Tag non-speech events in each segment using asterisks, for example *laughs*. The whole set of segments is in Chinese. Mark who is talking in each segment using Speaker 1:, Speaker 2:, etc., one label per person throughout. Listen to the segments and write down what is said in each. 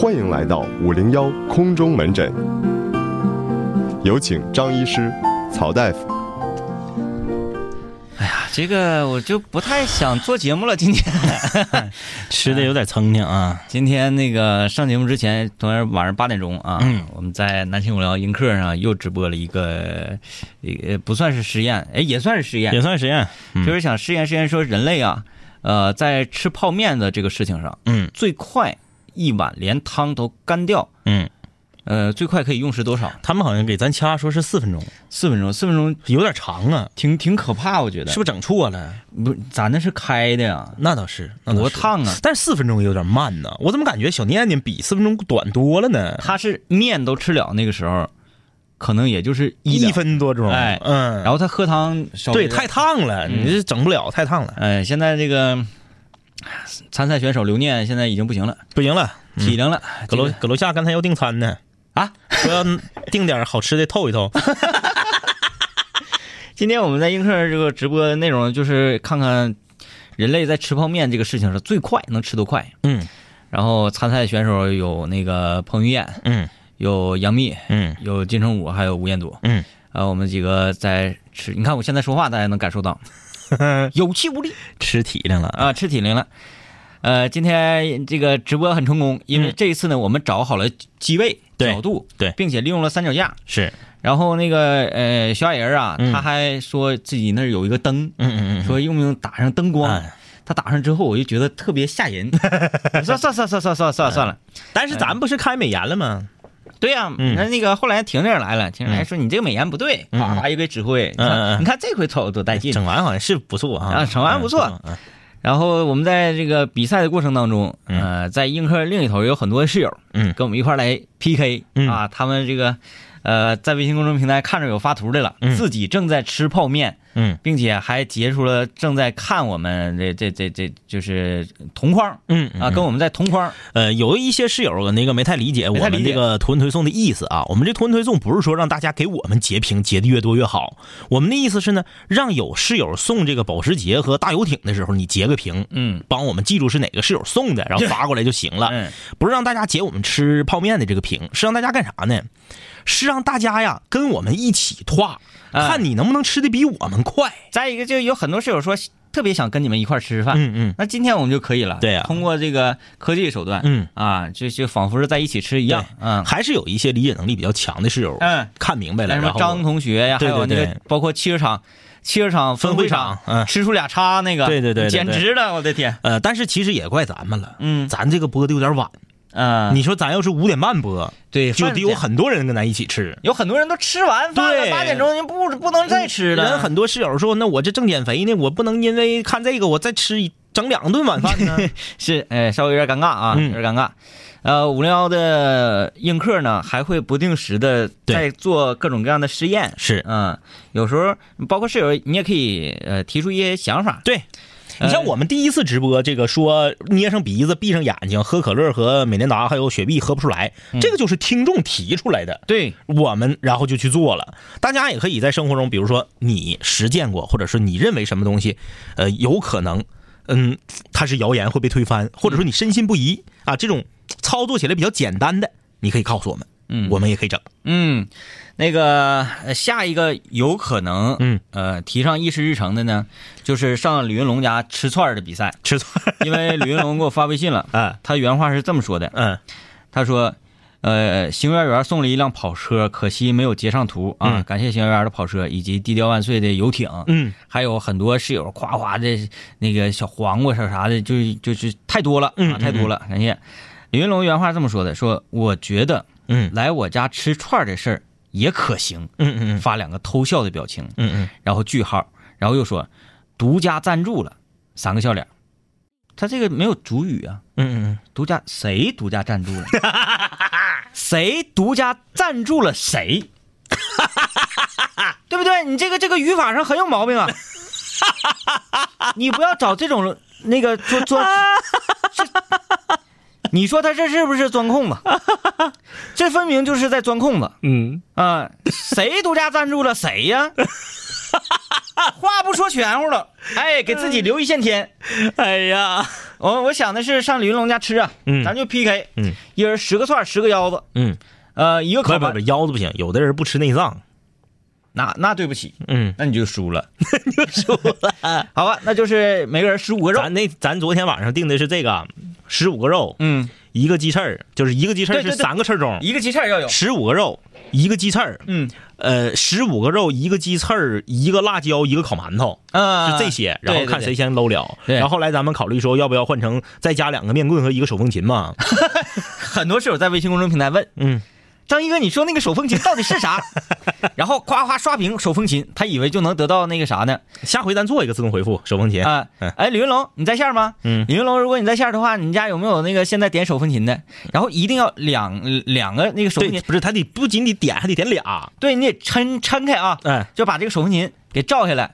Speaker 1: 欢迎来到五零幺空中门诊，有请张医师、曹大夫。
Speaker 2: 哎呀，这个我就不太想做节目了。今天， *laughs*
Speaker 3: 吃的有点蹭蹭啊。
Speaker 2: 今天那个上节目之前，昨天晚上八点钟啊，
Speaker 3: 嗯
Speaker 2: 我们在南青五聊迎客上又直播了一个，呃，不算是实验，哎，也算是实验，
Speaker 3: 也算实验，嗯
Speaker 2: 就是想试验试验说人类啊，呃，在吃泡面的这个事情上，
Speaker 3: 嗯
Speaker 2: 最快一碗连汤都干掉，
Speaker 3: 嗯，
Speaker 2: 呃，最快可以用时多少？
Speaker 3: 他们好像给咱掐说是四分钟，
Speaker 2: 四分钟，四分钟
Speaker 3: 有点长啊，
Speaker 2: 挺挺可怕，我觉得
Speaker 3: 是不是整错了？
Speaker 2: 不，咱那是开的呀，
Speaker 3: 那倒是，那
Speaker 2: 多
Speaker 3: 倒是。
Speaker 2: 烫啊！
Speaker 3: 但是四分钟有点慢呢，我怎么感觉小念念比四分钟短多了呢？
Speaker 2: 他是面都吃了那个时候，可能也就是一
Speaker 3: 一
Speaker 2: 两，
Speaker 3: 分多钟，
Speaker 2: 哎
Speaker 3: 嗯，
Speaker 2: 然后他喝汤稍微
Speaker 3: 对，太烫了，
Speaker 2: 嗯
Speaker 3: 你这整不了，太烫了，
Speaker 2: 哎，现在这个参赛选手刘念现在已经不行了，
Speaker 3: 不行了。
Speaker 2: 体能了，
Speaker 3: 搁楼
Speaker 2: 这个
Speaker 3: 搁楼下刚才要订餐呢，
Speaker 2: 啊！
Speaker 3: 说要订点好吃的透一透。
Speaker 2: 今天我们在映客这个直播的内容就是看看人类在吃泡面这个事情上最快能吃多快。
Speaker 3: *laughs* 嗯
Speaker 2: 然后参赛选手有那个彭于晏，
Speaker 3: 嗯
Speaker 2: 有杨幂，
Speaker 3: 嗯
Speaker 2: 有金城武，还有吴彦祖。
Speaker 3: 嗯，
Speaker 2: 呃，我们几个在吃，你看我现在说话，大家能感受
Speaker 3: *laughs*
Speaker 2: 到
Speaker 3: 嗯
Speaker 2: 有气无力。
Speaker 3: 吃体量了啊！
Speaker 2: 啊，吃体灵了。呃，今天这个直播很成功，因为
Speaker 3: 嗯
Speaker 2: 这一次呢，我们找好了机位、
Speaker 3: 对
Speaker 2: 角度，
Speaker 3: 对
Speaker 2: 并且利用了三脚架。
Speaker 3: 是，
Speaker 2: 然后那个呃，小矮人啊，
Speaker 3: 嗯
Speaker 2: 他还说自己那儿有一个灯，
Speaker 3: 嗯嗯嗯
Speaker 2: 说用不用打上灯光？
Speaker 3: 哎
Speaker 2: 他打上之后，我就觉得特别吓
Speaker 3: *laughs*
Speaker 2: 人。我说算算算算算算
Speaker 3: 嗯
Speaker 2: 算了，
Speaker 3: 但是咱不是开美颜了吗？
Speaker 2: 对呀、
Speaker 3: 嗯
Speaker 2: 那那个后来婷婷来了，婷婷还说你这个美颜不对，
Speaker 3: 嗯
Speaker 2: 啪啪一个指挥。你看
Speaker 3: 嗯嗯嗯
Speaker 2: 你看这回瞅多带劲！
Speaker 3: 哎整完好像是不错啊，
Speaker 2: 啊整完不错
Speaker 3: 嗯，嗯
Speaker 2: 然后我们在这个比赛的过程当中，
Speaker 3: 嗯
Speaker 2: 呃，在映客另一头有很多室友，
Speaker 3: 嗯
Speaker 2: 跟我们一块儿来 PK
Speaker 3: 嗯
Speaker 2: 啊，他们这个呃，在微信公众平台看着有发图的了，
Speaker 3: 嗯
Speaker 2: 自己正在吃泡面，
Speaker 3: 嗯
Speaker 2: 并且还截出了正在看我们这这这这就是同框
Speaker 3: 嗯嗯
Speaker 2: 啊，跟我们在同框，
Speaker 3: 呃，有一些室友那个没太理解我
Speaker 2: 没太理
Speaker 3: 们
Speaker 2: 解
Speaker 3: 这个图文推送的意思啊。我们这图文推送不是说让大家给我们截屏，截的越多越好。我们的意思是呢，让有室友送这个保时捷和大游艇的时候，你截个屏，
Speaker 2: 嗯
Speaker 3: 帮我们记住是哪个室友送的，然后发过来就行 *laughs* 了。
Speaker 2: 嗯
Speaker 3: 不是让大家截我们吃泡面的这个屏，是让大家干啥呢？是让大家呀跟我们一起画，
Speaker 2: 啊
Speaker 3: 看你能不能吃的比我们快。
Speaker 2: 再一个就有很多室友说特别想跟你们一块儿吃吃饭，
Speaker 3: 嗯嗯
Speaker 2: 那今天我们就可以了，
Speaker 3: 对呀啊
Speaker 2: 通过这个科技手段，
Speaker 3: 嗯，
Speaker 2: 啊，就就仿佛是在一起吃一样，嗯
Speaker 3: 还是有一些理解能力比较强的室友，
Speaker 2: 嗯，
Speaker 3: 看明白了，
Speaker 2: 像什
Speaker 3: 哎
Speaker 2: 么
Speaker 3: 然后
Speaker 2: 张同学呀，还
Speaker 3: 对对
Speaker 2: 有那个
Speaker 3: 对
Speaker 2: 包括汽车厂、汽车厂分会
Speaker 3: 分会厂嗯
Speaker 2: 吃出俩叉那个，
Speaker 3: 对对对对对
Speaker 2: 简直了，我的天，
Speaker 3: 呃，但是其实也怪咱们了，
Speaker 2: 嗯
Speaker 3: 咱这个播的有点晚。
Speaker 2: 嗯，
Speaker 3: 你说咱要是五点半播，
Speaker 2: 对
Speaker 3: 就
Speaker 2: 饭
Speaker 3: 得有
Speaker 2: 点
Speaker 3: 很多人跟咱一起吃。
Speaker 2: 有很多人都吃完饭了，
Speaker 3: 对嗯
Speaker 2: 八点钟就不不能再吃了，
Speaker 3: 人很多室友说，那我这正减肥呢，我不能因为看这个我再吃一整两顿晚
Speaker 2: *laughs*
Speaker 3: 饭呢。
Speaker 2: 是，哎，稍微有点尴尬啊，
Speaker 3: 嗯
Speaker 2: 有点尴尬。呃，五零幺的映客呢，还会不定时的
Speaker 3: 对
Speaker 2: 在做各种各样的试验， *laughs*
Speaker 3: 是
Speaker 2: 嗯，有时候包括室友，你也可以呃提出一些想法，
Speaker 3: 对，你
Speaker 2: 呃
Speaker 3: 像我们第一次直播，这个说捏上鼻子、闭上眼睛、喝可乐和美年达还有雪碧喝不出来，
Speaker 2: 嗯
Speaker 3: 这个就是听众提出来的。
Speaker 2: 对，
Speaker 3: 我们然后就去做了。大家也可以在生活中，比如说你实践过，或者是你认为什么东西，呃，有可能，嗯，它是谣言会被推翻，或者说你深信不疑啊，这种操作起来比较简单的，你可以告诉我们，
Speaker 2: 嗯
Speaker 3: 我们也可以整。
Speaker 2: 嗯，那个呃下一个有可能，
Speaker 3: 嗯
Speaker 2: 呃，提上议事日程的呢，就是上李云龙家吃串儿的比
Speaker 3: *laughs*
Speaker 2: 赛，
Speaker 3: 吃错，，
Speaker 2: 因为李云龙给我发微信了
Speaker 3: 嗯
Speaker 2: 他原话是这么说的，
Speaker 3: 嗯
Speaker 2: 他说，呃，行园园送了一辆跑车，可惜没有截上图啊，
Speaker 3: 嗯
Speaker 2: 感谢行园园的跑车以及低调万岁的游艇，
Speaker 3: 嗯
Speaker 2: 还有很多室友夸夸的那个小黄瓜啥啥的，就就是太多了啊，
Speaker 3: 嗯
Speaker 2: 太多了，感谢。李云龙原话这么说的，说我觉得
Speaker 3: 嗯
Speaker 2: 来我家吃串儿这事儿也可行，
Speaker 3: 嗯嗯
Speaker 2: 发两个偷笑的表情，
Speaker 3: 嗯嗯，
Speaker 2: 然后句号，然后又说独家赞助了三个笑脸儿，他这个没有主语啊，
Speaker 3: 嗯嗯
Speaker 2: 独家谁独家赞助了？谁独家赞助了谁？对不对？你这个这个语法上很有毛病啊！你不要找这种那个做做，这你说他这是不是钻空子？这分明就是在钻空子。
Speaker 3: 嗯， *laughs*
Speaker 2: 啊、谁独家赞助了谁呀、话不说全乎了，哎，给自己留一线天。
Speaker 3: 哎呀，
Speaker 2: 我我想的是上李云龙家吃啊，
Speaker 3: 嗯
Speaker 2: 咱就 PK，
Speaker 3: 嗯，
Speaker 2: 一人十个串儿，十个腰子，
Speaker 3: 嗯，
Speaker 2: 呃，一个
Speaker 3: 不
Speaker 2: 烤
Speaker 3: 不
Speaker 2: 盘
Speaker 3: 不，，腰子不行，有的人不吃内脏，
Speaker 2: 那那对不起，
Speaker 3: 嗯，
Speaker 2: 那你就输
Speaker 3: *laughs*
Speaker 2: 了，你就输了。 *laughs* 好吧，那就是每个人十五个肉，
Speaker 3: 咱那咱昨天晚上定的是这个，十五个肉，
Speaker 2: 嗯，
Speaker 3: 一个鸡翅儿，就是一个鸡翅儿
Speaker 2: 对对
Speaker 3: 是
Speaker 2: 对
Speaker 3: 三个翅中，
Speaker 2: 一个鸡翅儿要有，
Speaker 3: 十五个肉，一个鸡翅儿，
Speaker 2: 嗯
Speaker 3: 呃，十五个肉，一个鸡翅儿，一个辣椒，一个烤馒头，
Speaker 2: 啊，
Speaker 3: 就这些，然后
Speaker 2: 对对
Speaker 3: 看
Speaker 2: 对
Speaker 3: 谁先搂了。
Speaker 2: 对
Speaker 3: 然后后来咱们考虑说，要不要换成再加两个面棍和一个手风
Speaker 2: *laughs*
Speaker 3: 琴嘛？
Speaker 2: 很多室友在微信公众平台问
Speaker 3: 嗯，
Speaker 2: 张一哥，你说那个手风琴到底是
Speaker 3: *laughs*
Speaker 2: 啥？然后夸夸刷屏手风琴，他以为就能得到那个啥呢？
Speaker 3: 下回咱做一个自动回复手风琴。
Speaker 2: 啊、
Speaker 3: 嗯
Speaker 2: 哎，李云龙，你在线吗？
Speaker 3: 嗯
Speaker 2: 李云龙，如果你在线的话，你家有没有那个现在点手风琴的？然后一定要两两个那个手风
Speaker 3: 对，
Speaker 2: 琴，
Speaker 3: 不是，他得不仅得点，还得点俩。
Speaker 2: 对你得抻抻开啊，
Speaker 3: 哎，
Speaker 2: 就把这个手风琴给照下来。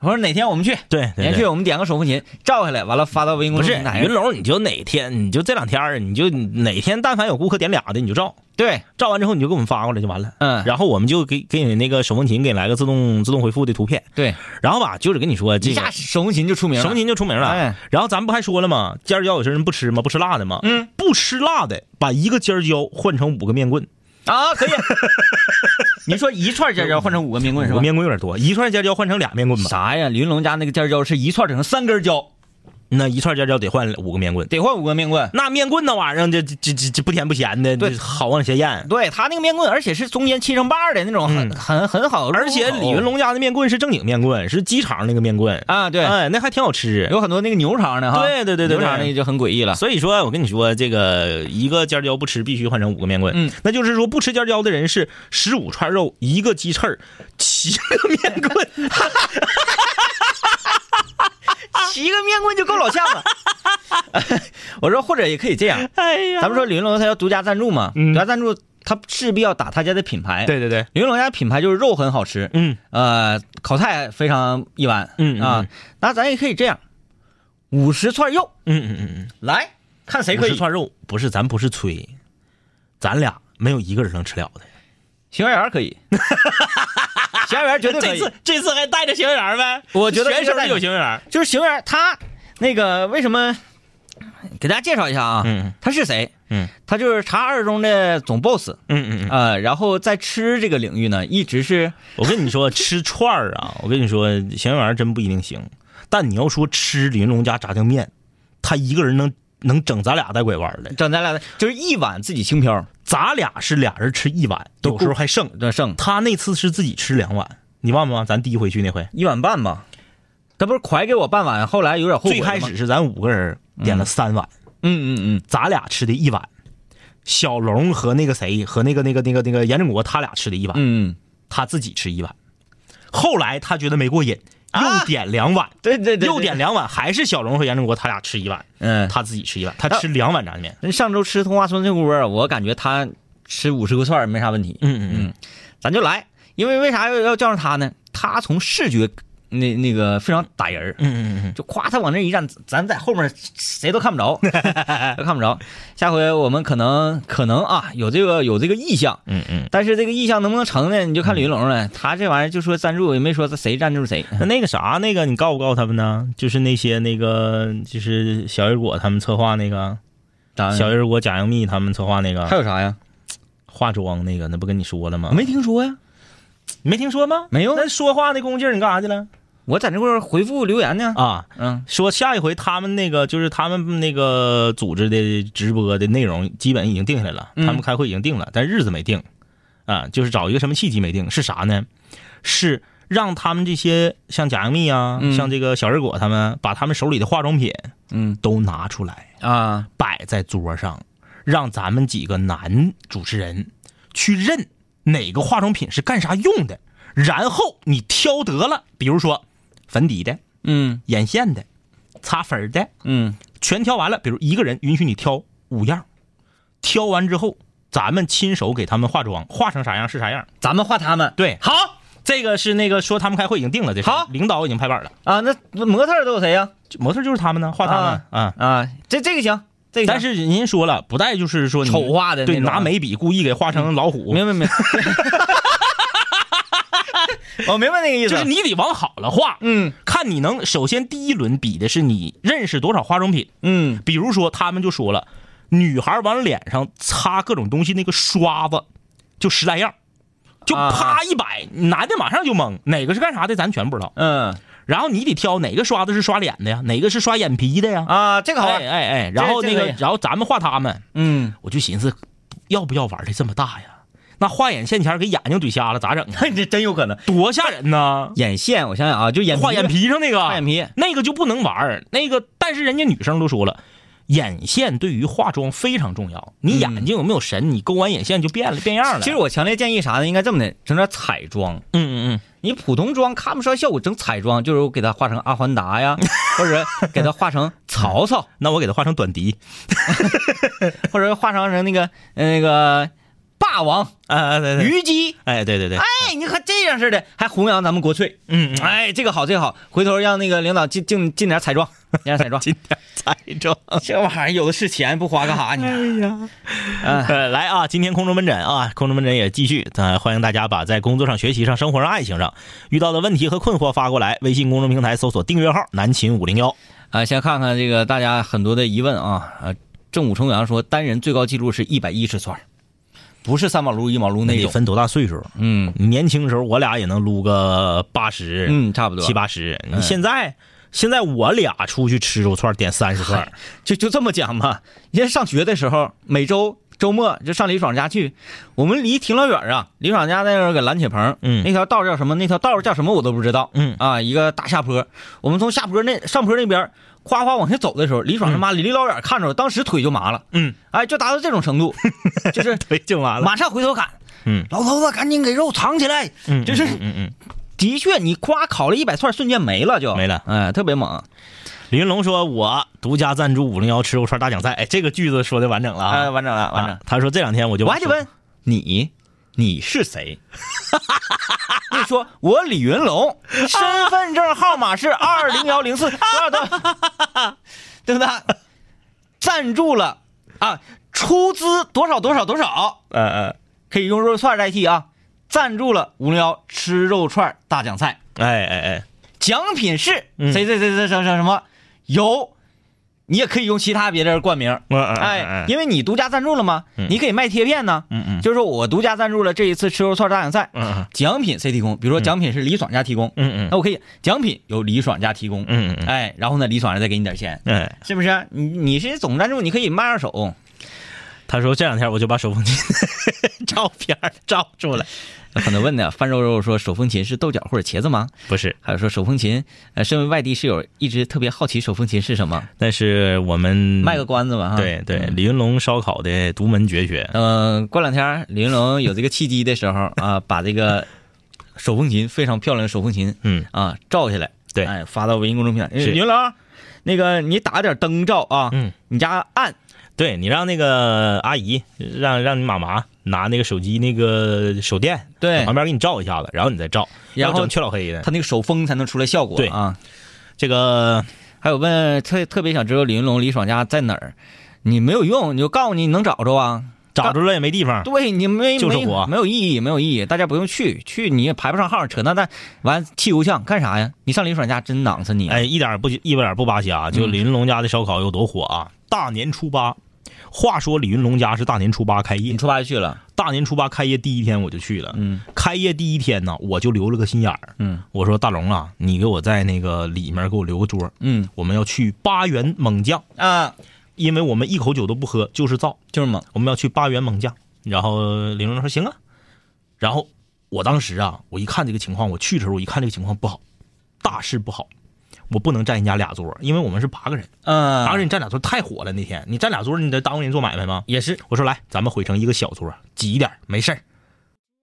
Speaker 2: 或者哪天我们去，
Speaker 3: 对
Speaker 2: 哪
Speaker 3: 对
Speaker 2: 天去
Speaker 3: 对。
Speaker 2: 我们点个手风琴，照下来，完了发到微信公
Speaker 3: 不
Speaker 2: 众
Speaker 3: 是
Speaker 2: 平台
Speaker 3: 云
Speaker 2: 上。
Speaker 3: 龙，你就哪天，你就这两天儿，你就哪天，但凡有顾客点俩的，你就照，
Speaker 2: 对，
Speaker 3: 照完之后你就给我们发过来就完了。
Speaker 2: 嗯
Speaker 3: 然后我们就给给你那个手风琴给来个自动自动回复的图片，
Speaker 2: 对，
Speaker 3: 然后吧，就是跟你说这
Speaker 2: 一
Speaker 3: 个
Speaker 2: 下手风琴就出名了。
Speaker 3: 手风琴就出名了。
Speaker 2: 哎
Speaker 3: 然后咱们不还说了吗？尖儿椒有些人不吃吗？不吃辣的吗？
Speaker 2: 嗯，
Speaker 3: 不吃辣的，把一个尖儿椒换成五个面棍，
Speaker 2: 啊，
Speaker 3: *laughs*
Speaker 2: 可以。你说一串尖椒换成五个面棍是
Speaker 3: 五
Speaker 2: 吧
Speaker 3: 个？面棍有点多，一串尖椒换成俩面棍吧？
Speaker 2: 啥呀？林龙家那个尖椒是一串整成三根椒，
Speaker 3: 那一串尖椒得换五个面棍。
Speaker 2: 得换五个面棍。
Speaker 3: 那面棍那玩意儿，这这这这这不甜不咸的，
Speaker 2: 对
Speaker 3: 这好往前咽。
Speaker 2: 对他那个面棍，而且是中间切成瓣儿的那种，很、很很好入口。
Speaker 3: 嗯而且李云龙家的面棍是正经面棍，是机场那个面棍，
Speaker 2: 啊，对，
Speaker 3: 哎，那还挺好吃。
Speaker 2: 有很多那个牛肠的哈，
Speaker 3: 对对对对对
Speaker 2: 牛肠那就很诡异了。
Speaker 3: 所以说，我跟你说，这个一个尖椒不吃，必须换成五个面棍。
Speaker 2: 嗯，
Speaker 3: 那就是说，不吃尖椒的人是十五串肉，一个鸡翅儿，七个
Speaker 2: *laughs*
Speaker 3: 面棍。啊
Speaker 2: 七个面棍就够老呛
Speaker 3: *laughs*
Speaker 2: 了。我说或者也可以这样，
Speaker 3: 哎呀
Speaker 2: 咱们说李云龙他要独家赞助嘛，
Speaker 3: 嗯
Speaker 2: 独家赞助他势必要打他家的品牌。，
Speaker 3: 对对对，
Speaker 2: 李云龙家品牌就是肉很好吃，
Speaker 3: 嗯，
Speaker 2: 呃，烤菜非常一般，
Speaker 3: 嗯嗯
Speaker 2: 啊，那咱也可以这样，五十串肉
Speaker 3: 嗯嗯嗯
Speaker 2: 来看谁
Speaker 3: 嗯，
Speaker 2: 可
Speaker 3: 五十
Speaker 2: 以。
Speaker 3: 串肉不是咱不是吹，咱俩没有一个人能吃了的。
Speaker 2: 邢园可
Speaker 3: *laughs*
Speaker 2: 以，邢园绝对可
Speaker 3: 这
Speaker 2: 以。
Speaker 3: 次这次还带着行员呗？
Speaker 2: 我觉得
Speaker 3: 选手
Speaker 2: 应该带着
Speaker 3: 有行员。
Speaker 2: 就是邢园，他那个为什么给大家介绍一下啊？
Speaker 3: 嗯
Speaker 2: 他是谁？
Speaker 3: 嗯
Speaker 2: 他就是茶二中的总 boss
Speaker 3: 嗯嗯嗯，
Speaker 2: 呃，然后在吃这个领域呢，一直是
Speaker 3: 我跟你说，吃串儿啊，我跟你说，行员真不一定行。但你要说吃林龙家炸酱面，他一个人能能整咱俩带拐弯的。
Speaker 2: 整咱俩的，就是一碗自己轻飘
Speaker 3: 咱俩是俩人吃一碗，
Speaker 2: 都
Speaker 3: 有时候还剩。
Speaker 2: 的剩
Speaker 3: 他那次是自己吃两碗，你忘不忘？咱第一回去那回，
Speaker 2: 一碗半吧。他不是快给我半碗，后来有点后悔
Speaker 3: 最
Speaker 2: 了吗。
Speaker 3: 开始是咱五个人点了三碗，
Speaker 2: 嗯，嗯嗯
Speaker 3: 咱俩吃的一碗，小龙和那个谁和那个那个那个那个严振国他俩吃的一碗，
Speaker 2: 嗯嗯，
Speaker 3: 他自己吃一碗。后来他觉得没过瘾，
Speaker 2: 啊
Speaker 3: 又点两碗，
Speaker 2: 对对对，
Speaker 3: 又点两碗，还是小龙和严振国他俩吃一碗，
Speaker 2: 嗯，
Speaker 3: 他自己吃一碗，他吃两碗炸酱面。
Speaker 2: 那上周吃通化酸脆锅啊，我感觉他吃五十个串儿没啥问题，
Speaker 3: 嗯嗯嗯，
Speaker 2: 咱就来，因为为啥要要叫上他呢？他从视觉那那个非常打人儿，
Speaker 3: 嗯嗯嗯
Speaker 2: 就夸他往那一站，咱在后面谁都看不着， *laughs* 都看不着。下回我们可能可能啊有这个有这个意向，
Speaker 3: 嗯嗯
Speaker 2: 但是这个意向能不能成呢？你就看李云龙了，他这玩意儿就说赞助也没说谁赞助谁， *laughs*
Speaker 3: 那那个啥，那个你告不告他们呢？就是那些那个，就是小雨果他们策划那个，
Speaker 2: 当然
Speaker 3: 小雨果、贾英密他们策划那
Speaker 2: 还
Speaker 3: 个
Speaker 2: 有啥呀？
Speaker 3: 化妆那个，那不跟你说了吗？
Speaker 2: 没听说呀，
Speaker 3: 你没听说吗？
Speaker 2: 没有
Speaker 3: 那说话那功夫劲儿你干啥去了？
Speaker 2: 我在那块儿回复留言呢。
Speaker 3: 啊，
Speaker 2: 嗯，
Speaker 3: 说下一回他们那个就是他们那个组织的直播的内容基本已经定下来了，
Speaker 2: 嗯
Speaker 3: 他们开会已经定了，但日子没定，啊，就是找一个什么契机没定，是啥呢？是让他们这些像贾英密啊，
Speaker 2: 嗯
Speaker 3: 像这个小日果他们，把他们手里的化妆品
Speaker 2: 嗯
Speaker 3: 都拿出来，
Speaker 2: 啊，
Speaker 3: 摆在桌上，让咱们几个男主持人去认哪个化妆品是干啥用的，然后你挑得了，比如说粉底的、
Speaker 2: 嗯
Speaker 3: 眼线的、擦粉儿的，
Speaker 2: 嗯，
Speaker 3: 全挑完了。比如一个人允许你挑五样，挑完之后，咱们亲手给他们化妆，化成啥样是啥样。
Speaker 2: 咱们画他们
Speaker 3: 对，
Speaker 2: 好
Speaker 3: 这个是那个说他们开会已经定了，这事儿
Speaker 2: 好
Speaker 3: 领导已经拍板了，
Speaker 2: 啊。那模特儿都有谁呀？
Speaker 3: 就模特就是他们呢，画他们啊。
Speaker 2: 啊，这这个行，这个行
Speaker 3: 但是人家说了，不带就是说你
Speaker 2: 丑化的那
Speaker 3: 对，
Speaker 2: 种啊
Speaker 3: *laughs* 拿眉笔故意给画成老虎，
Speaker 2: 没有没有没有。 *laughs* 我明白那个意思，
Speaker 3: 就是你得往好了画，
Speaker 2: 嗯
Speaker 3: 看你能首先第一轮比的是你认识多少化妆品，
Speaker 2: 嗯
Speaker 3: 比如说他们就说了，女孩往脸上擦各种东西那个刷子就十来样，就
Speaker 2: 啊
Speaker 3: 啪一摆，男的马上就懵，哪个是干啥的咱全不知道。
Speaker 2: 嗯
Speaker 3: 然后你得挑哪个刷子是刷脸的呀，哪个是刷眼皮的呀？
Speaker 2: 啊，这个好
Speaker 3: 哎
Speaker 2: 玩，
Speaker 3: 哎哎，然后
Speaker 2: 这
Speaker 3: 那
Speaker 2: 个
Speaker 3: 个
Speaker 2: 也，
Speaker 3: 然后咱们画他们，
Speaker 2: 嗯，
Speaker 3: 我就寻思，要不要玩的这么大呀？那画眼线前儿给眼睛怼瞎了咋整啊？
Speaker 2: 这真有可能。
Speaker 3: 多吓人呐！
Speaker 2: 眼线，我想想啊，就眼
Speaker 3: 画眼，皮啊上那个，
Speaker 2: 画眼皮，啊
Speaker 3: 那个就不能玩儿。那个，但是人家女生都说了，眼线对于化妆非常重要。你眼睛有没有神，你勾完眼线就变了变样了。
Speaker 2: 其实，我强烈建议啥呢？应该这么的，整点彩妆。
Speaker 3: 嗯嗯
Speaker 2: 你普通妆看不出来效果，整彩妆，就是我给它画成阿凡达
Speaker 3: *laughs*
Speaker 2: 呀，或者给它画成曹操
Speaker 3: 嗯，，那我给它画成短笛，
Speaker 2: 或者画成成那个呃那个霸王
Speaker 3: 啊，对对，
Speaker 2: 虞姬。
Speaker 3: 哎，对对对，
Speaker 2: 哎，你看这样似的，还弘扬咱们国粹。
Speaker 3: 嗯，哎，。
Speaker 2: 哎，这个好，这个好，回头让那个领导进进进点彩妆，进点彩妆
Speaker 3: 今天彩妆。哎
Speaker 2: 这玩意儿有的是钱，不花干啥？你看，
Speaker 3: 呃，来啊，今天空中门诊啊，空中门诊也继续，呃，欢迎大家把在工作上、学习上、生活上、爱情上遇到的问题和困惑发过来，微信公众平台搜索订阅号“南秦五零幺
Speaker 2: 啊，先看看这个大家很多的疑问啊。呃，正午重阳说，单人最高记录是一百一十串儿，不是三宝撸一毛”，撸
Speaker 3: 那
Speaker 2: 那
Speaker 3: 得
Speaker 2: 种。
Speaker 3: 分多大岁数？
Speaker 2: 嗯
Speaker 3: 年轻时候我俩也能撸个八十、
Speaker 2: 嗯，差不多
Speaker 3: 七八十，你现在现在我俩出去吃肉串点三十串，
Speaker 2: 就就这么讲吧。人家上学的时候，每周周末就上李爽家去，我们离挺老远啊。李爽家那时候搁蓝铁棚，
Speaker 3: 嗯
Speaker 2: 那条道儿叫什么？那条道儿叫什么我都不知道。
Speaker 3: 嗯
Speaker 2: 啊，一个大下坡，我们从下坡那上坡那边夸夸往下走的时候，李爽他妈离老远看着我，当时腿就麻了。
Speaker 3: 嗯， *laughs*
Speaker 2: 哎，就达到这种程度，就是
Speaker 3: 对，就完了。
Speaker 2: 马上回头看，
Speaker 3: 嗯，
Speaker 2: 老头子赶紧给肉藏起来。
Speaker 3: 嗯，
Speaker 2: 就是
Speaker 3: 嗯嗯嗯。
Speaker 2: 的确，你夸烤了一百串，瞬间没了就
Speaker 3: 没了啊
Speaker 2: 哎，特别猛。
Speaker 3: 李云龙说：“我独家赞助五零幺吃肉串大奖赛。”哎，这个句子说的完整了
Speaker 2: 哎，
Speaker 3: 啊，
Speaker 2: 完整了，完整
Speaker 3: 啊。他说这两天我就
Speaker 2: 我还得问你，你是谁？你说我李云龙，
Speaker 3: 啊
Speaker 2: 身份证号码
Speaker 3: *laughs*
Speaker 2: 是二零幺零四，对不对？赞助了啊，出资多少多少多少，
Speaker 3: 嗯嗯，
Speaker 2: 可以用肉串代替啊。赞助了五零幺吃肉串大奖赛，
Speaker 3: 哎哎哎，
Speaker 2: 奖品是
Speaker 3: 嗯
Speaker 2: 谁谁谁谁什什什么有，你也可以用其他别人冠名，
Speaker 3: 嗯嗯
Speaker 2: 哎，，因为你独家赞助了嘛，
Speaker 3: 嗯
Speaker 2: 你可以卖贴片呢。
Speaker 3: 嗯嗯
Speaker 2: 就是说我独家赞助了这一次吃肉串大奖赛，
Speaker 3: 嗯
Speaker 2: 奖品谁提供？比如说奖品是李爽家提供，
Speaker 3: 嗯嗯
Speaker 2: 那我可以奖品由李爽家提供，
Speaker 3: 嗯嗯
Speaker 2: 哎，然后呢，李爽家再给你点钱，
Speaker 3: 嗯，哎，
Speaker 2: 是不是？你你是总赞助，你可以卖二手，
Speaker 3: 他说这两天我就把手风琴 *laughs* 照片儿照出
Speaker 2: *laughs*
Speaker 3: 来，
Speaker 2: 很多问的范肉肉说手风琴是豆角或者茄子吗？
Speaker 3: *laughs* 不是，
Speaker 2: 还有说手风琴，呃，身为外地室友，一直特别好奇手风琴是什么，
Speaker 3: 但是我们
Speaker 2: 卖个关子吧哈。
Speaker 3: 嗯对对，
Speaker 2: 嗯
Speaker 3: 李云龙烧烤的独门绝学，
Speaker 2: 嗯，过两天李云龙有这个契机的时候
Speaker 3: *laughs*
Speaker 2: 啊，把这个手风琴非常漂亮的手风琴，
Speaker 3: 嗯
Speaker 2: 啊，照下来，
Speaker 3: 对
Speaker 2: 哎，发到微信公众平台。
Speaker 3: 是
Speaker 2: 李云龙，那个你打点灯照啊，
Speaker 3: 嗯，
Speaker 2: 你家暗，
Speaker 3: 对你让那个阿姨，让让你妈妈拿那个手机那个手电，
Speaker 2: 对
Speaker 3: 旁边给你照一下子，然后你再照，
Speaker 2: 然后
Speaker 3: 要整缺老黑的。
Speaker 2: 它那个手风才能出来效果
Speaker 3: 对
Speaker 2: 啊。
Speaker 3: 这个
Speaker 2: 还有问特特别想知道李云龙、李爽家在哪儿，你没有用，你就告诉你你能找着啊。
Speaker 3: 找着了也没地
Speaker 2: *laughs*
Speaker 3: 方，
Speaker 2: 对你没
Speaker 3: 就是
Speaker 2: 没
Speaker 3: 我
Speaker 2: 没有意义，没有意义，大家不用去，去你也排不上号，扯那蛋，完气油像干啥呀？你上李爽家真囊死你啊，
Speaker 3: 哎，一点儿不一点儿不扒瞎，
Speaker 2: 嗯
Speaker 3: 就李云龙家的烧烤有多火啊！大年初八，话说李云龙家是大年初八开业
Speaker 2: 你，出发就去了，
Speaker 3: 大年初八开业第一天我就去了，
Speaker 2: 嗯
Speaker 3: 开业第一天呢，我就留了个心眼儿，
Speaker 2: 嗯
Speaker 3: 我说大龙啊，你给我在那个里面给我留个桌，
Speaker 2: 嗯
Speaker 3: 我们要去八元猛将，
Speaker 2: 啊，
Speaker 3: 因为我们一口酒都不喝，就是造。
Speaker 2: 就是猛，
Speaker 3: 我们要去八元猛将。然后李龙说行啊，然后我当时啊，我一看这个情况，我去的时候我一看这个情况不好，大事不好，我不能占人家俩桌，因为我们是八个人，
Speaker 2: 嗯
Speaker 3: 八个人你占俩桌太火了。那天你占俩桌，你得耽误人做买卖吗？
Speaker 2: 也是，
Speaker 3: 我说来，咱们毁成一个小桌，挤一点儿没事儿。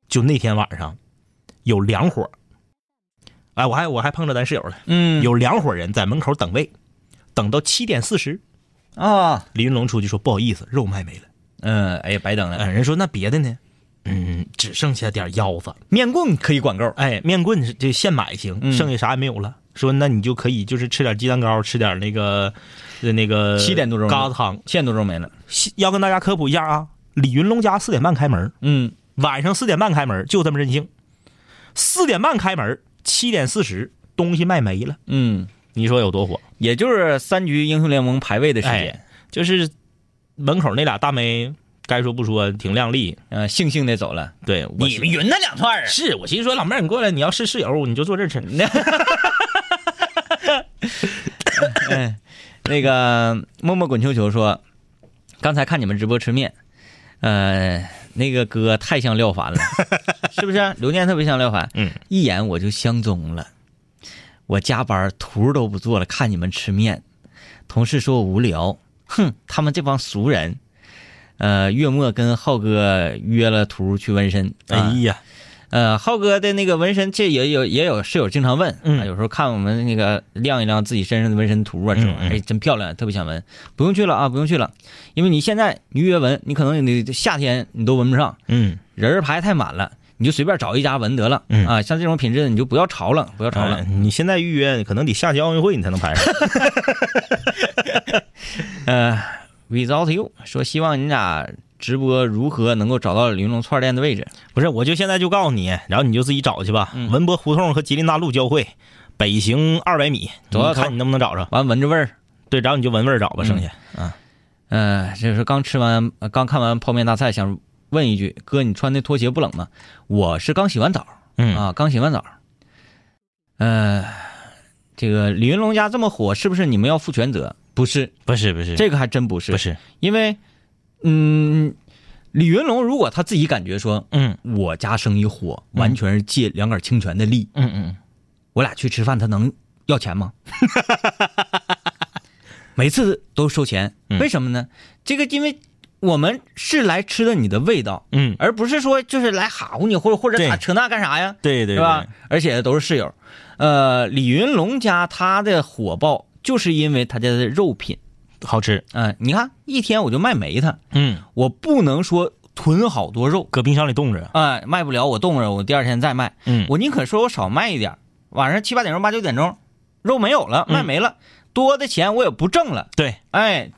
Speaker 3: 就那天晚上有两伙儿，哎，我还我还碰着咱室友了，
Speaker 2: 嗯
Speaker 3: 有两伙人在门口等位，等到七点四十，
Speaker 2: 啊，
Speaker 3: 李云龙出去说不好意思，肉卖没了。
Speaker 2: 嗯，哎呀，白等了，
Speaker 3: 嗯，人说那别的呢？嗯，只剩下点腰子，
Speaker 2: 面棍可以管够，
Speaker 3: 哎，面棍是这现买行，
Speaker 2: 嗯
Speaker 3: 剩下啥也没有了。说那你就可以就是吃点鸡蛋糕，吃点那个呃那个
Speaker 2: 七点多钟
Speaker 3: 疙瘩汤。
Speaker 2: 线都皱没了，
Speaker 3: 西要跟大家科普一下啊，李云龙家四点半开门，
Speaker 2: 嗯
Speaker 3: 晚上四点半开门，就这么任性。四点半开门，七点四十东西卖没了，
Speaker 2: 嗯，
Speaker 3: 你说有多火？
Speaker 2: 也就是三局英雄联盟排位的时间，
Speaker 3: 哎，就是门口那俩大妹，该说不说，挺靓丽。
Speaker 2: 嗯、悻悻的走了。
Speaker 3: 对，我
Speaker 2: 你
Speaker 3: 是
Speaker 2: 们匀那两串儿啊，
Speaker 3: 是我寻思说老妹儿，你过来，你要是室友，你就坐这儿吃。 *laughs*
Speaker 2: 嗯， *laughs* 那个默默滚球球说，刚才看你们直播吃面，呃，那个哥太像廖凡了，是不是、啊？刘念特别像廖凡，
Speaker 3: 嗯，
Speaker 2: 一眼我就相中了。我加班图儿都不做了，看你们吃面。同事说我无聊，哼，他们这帮俗人。呃，月末跟浩哥约了图儿去纹身，啊、
Speaker 3: 哎呀，
Speaker 2: 呃，浩哥的那个纹身，这也有也有室友经常问，
Speaker 3: 嗯
Speaker 2: 啊有时候看我们那个亮一亮自己身上的纹身图啊，这种
Speaker 3: 嗯嗯
Speaker 2: 哎真漂亮，特别想纹，不用去了啊，不用去了，因为你现在你预约纹，你可能你夏天你都纹不上，
Speaker 3: 嗯，
Speaker 2: 人儿排太满了，你就随便找一家纹得了，
Speaker 3: 嗯
Speaker 2: 啊，像这种品质你就不要吵了，不要吵
Speaker 3: 好
Speaker 2: 了，
Speaker 3: 了，哎你现在预约可能得下届奥运会你才能排 *laughs* 上。
Speaker 2: 呃，without you 说希望你俩直播如何能够找到玲珑串店的位置，
Speaker 3: 不是，我就现在就告诉你，然后你就自己找去吧。文博胡同和吉林大路交汇，北行二百米，
Speaker 2: 走到
Speaker 3: 你
Speaker 2: 头
Speaker 3: 看你能不能找着？
Speaker 2: 完闻着味儿，
Speaker 3: 对，然后你就闻味儿找吧，剩下。
Speaker 2: 呃，这是刚吃完、呃刚看完泡面大赛，想问一句，哥，你穿的拖鞋不冷吗？我是刚洗完澡
Speaker 3: 嗯
Speaker 2: 啊，刚洗完澡。呃，这个李云龙家这么火，是不是你们要负全责？不是，
Speaker 3: 不是不是，
Speaker 2: 这个还真不是，
Speaker 3: 不是，
Speaker 2: 因为，嗯，李云龙如果他自己感觉说，
Speaker 3: 嗯
Speaker 2: 我家生意火，完全是借两杆清泉的力，
Speaker 3: 嗯嗯，
Speaker 2: 我俩去吃饭，他能要钱吗？ *laughs* 每次都收钱，
Speaker 3: 嗯
Speaker 2: 为什么呢？这个因为我们是来吃的你的味道，
Speaker 3: 嗯，
Speaker 2: 而不是说就是来哈唬你或者或者
Speaker 3: 对
Speaker 2: 咋扯那干啥呀，
Speaker 3: 对对
Speaker 2: 是吧？？而且都是室友，呃，李云龙家他的火爆就是因为他家的肉品，
Speaker 3: 对好吃。
Speaker 2: 嗯、你看一天我就卖没他，
Speaker 3: 嗯，
Speaker 2: 我不能说囤好多肉，
Speaker 3: 搁冰箱里冻着。
Speaker 2: 啊、卖不了我冻着，我第二天再卖。
Speaker 3: 嗯
Speaker 2: 我宁可说我少卖一点儿，晚上七八点钟、八九点钟，肉没有了，
Speaker 3: 嗯
Speaker 2: 卖没了，多的钱我也不挣了。
Speaker 3: 对，
Speaker 2: 哎，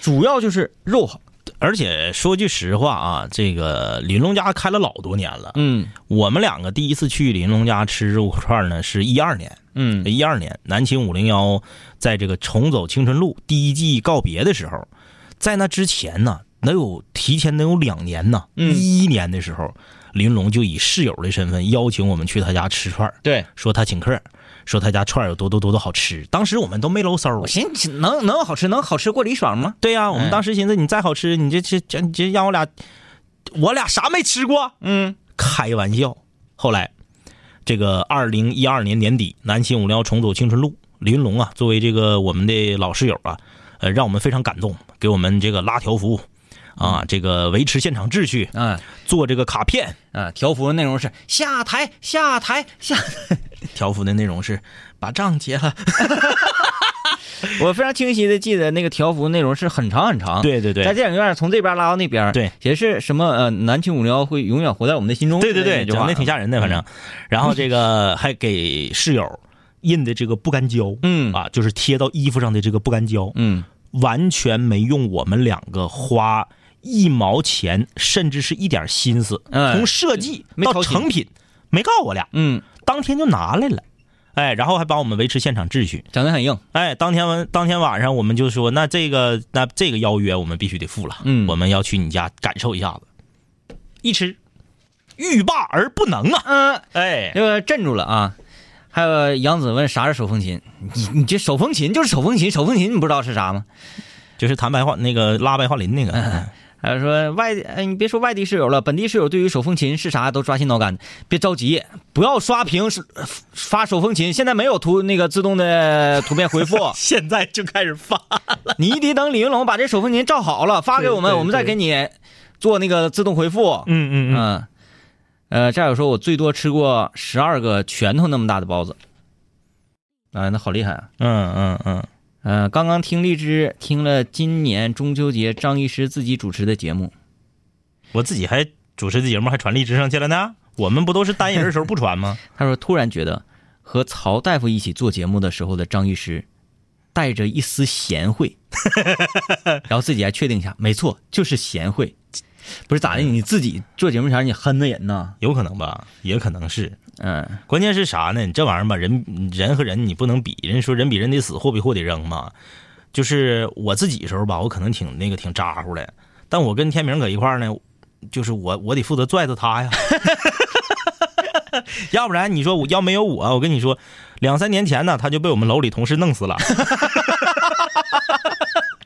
Speaker 2: 主要就是肉好。
Speaker 3: 而且说句实话啊，这个李云龙家开了老多年了。
Speaker 2: 嗯
Speaker 3: 我们两个第一次去李云龙家吃肉串呢，是一二年，
Speaker 2: 嗯
Speaker 3: 一二年南秦五零幺在这个重走青春路第一季告别的时候，在那之前呢，能有提前能有两年呢，
Speaker 2: 嗯
Speaker 3: 一一年的时候，林龙就以室友的身份邀请我们去他家吃串儿
Speaker 2: 对，
Speaker 3: 说他请客，说他家串儿有多多多多好吃，当时我们都没搂
Speaker 2: 我
Speaker 3: 搜。
Speaker 2: 寻思能能好吃，能好吃过李爽吗？
Speaker 3: 对呀、我
Speaker 2: 哎
Speaker 3: 们当时寻思你再好吃，你这这这你这让我俩，我俩啥没吃过？
Speaker 2: 嗯
Speaker 3: 开玩笑。后来，这个二零一二年年底，南秦五零幺重走青春路，李云龙啊，作为这个我们的老室友啊，呃，让我们非常感动，给我们这个拉条幅，啊，这个维持现场秩序，
Speaker 2: 啊
Speaker 3: 做这个卡片。
Speaker 2: 啊，条幅内容是下台下台下。
Speaker 3: 条幅的内容是把账结了。
Speaker 2: *laughs* 我非常清晰的记得那个条幅内容是很长很长。。
Speaker 3: 对对
Speaker 2: 在
Speaker 3: 对，
Speaker 2: 电影院从这边拉到那边，
Speaker 3: 对，
Speaker 2: 也是什么呃，南秦五零幺会永远活在我们的心中。
Speaker 3: 对对对，
Speaker 2: 那句话
Speaker 3: 整的挺吓人的，反正。嗯然后这个还给室友印的这个不干胶，
Speaker 2: 嗯
Speaker 3: 啊，就是贴到衣服上的这个不干胶，
Speaker 2: 嗯，
Speaker 3: 完全没用我们两个花一毛钱，甚至是一点心思，
Speaker 2: 哎
Speaker 3: 从设计
Speaker 2: 没
Speaker 3: 到
Speaker 2: 操心
Speaker 3: 成品，没告我俩，
Speaker 2: 嗯，
Speaker 3: 当天就拿来了。哎，然后还帮我们维持现场秩序。
Speaker 2: 整的很硬。
Speaker 3: 哎，当天晚当天晚上我们就说，那这个那这个邀约我们必须得付了，
Speaker 2: 嗯
Speaker 3: 我们要去你家感受一下子。一吃，欲罢而不能啊！
Speaker 2: 嗯，
Speaker 3: 哎，
Speaker 2: 这个镇住了啊。还有杨子问啥是手风琴？你你这手风琴就是手风琴，手风琴你不知道是啥吗？
Speaker 3: 就是弹白桦那个拉白桦林那个，，
Speaker 2: 还有说外地，哎，你别说外地室友了，本地室友对于手风琴是啥都抓心挠肝的。别着急，不要刷屏是呃发手风琴，现在没有图那个自动的图片回复
Speaker 3: *laughs* 现在就开始发。
Speaker 2: 你得等李云龙把这手风琴照好了发给我
Speaker 3: 对
Speaker 2: 们，
Speaker 3: 对
Speaker 2: 我们再
Speaker 3: 对
Speaker 2: 给你做那个自动回复。
Speaker 3: 嗯嗯嗯，
Speaker 2: 嗯，呃，战友说，我最多吃过十二个拳头那么大的包子，啊，那好厉害啊！
Speaker 3: 嗯嗯嗯，
Speaker 2: 呃，刚刚听荔枝听了今年中秋节张医师自己主持的节目，
Speaker 3: 我自己还主持的节目还传荔枝上去了呢。我们不都是单人的时候不传吗？
Speaker 2: 他说突然觉得和曹大夫一起做节目的时候的张医师，带着 *laughs* 一丝贤惠，然后自己还确定一下，没错，就是贤惠。不是咋的？你自己做节目前你恨的人呐？
Speaker 3: 有可能吧，也可能是。
Speaker 2: 嗯，
Speaker 3: 关键是啥呢？你这玩意儿吧，人人和人你不能比，人家说人比人得死，货比货得扔嘛。就是我自己的时候吧，我可能挺那个挺咋呼的，但我跟天明搁一块儿呢，就是我我得负责拽着他呀， *laughs* 要不然你说我要没有我，我跟你说，两三年前呢，他就被我们楼里同事弄死了。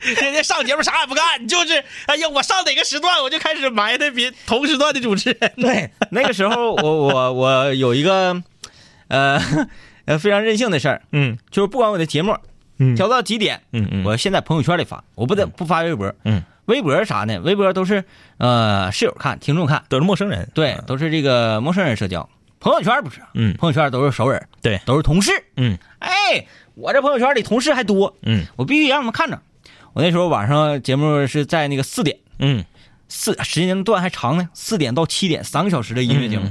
Speaker 3: 人家上节目啥也不干，就是哎呀，我上哪个时段我就开始埋汰别同时段的主持人。
Speaker 2: 对，那个时候我我我有一个呃呃非常任性的事儿，
Speaker 3: 嗯
Speaker 2: 就是不管我的节目
Speaker 3: 嗯
Speaker 2: 调到几点，
Speaker 3: 嗯嗯，
Speaker 2: 我先在朋友圈里发，我不得不发微博。
Speaker 3: 嗯，
Speaker 2: 微博啥呢？微博都是呃室友看、听众看，
Speaker 3: 都是陌生人。
Speaker 2: 对，都是这个陌生人社交。朋友圈不是，
Speaker 3: 嗯
Speaker 2: 朋友圈都是熟人，
Speaker 3: 对
Speaker 2: 都是同事。
Speaker 3: 嗯
Speaker 2: 哎，我这朋友圈里同事还多，
Speaker 3: 嗯
Speaker 2: 我必须让他们看着。我那时候晚上节目是在那个四点，
Speaker 3: 嗯
Speaker 2: 四时间段还长呢，四点到七点，三个小时的音乐节目，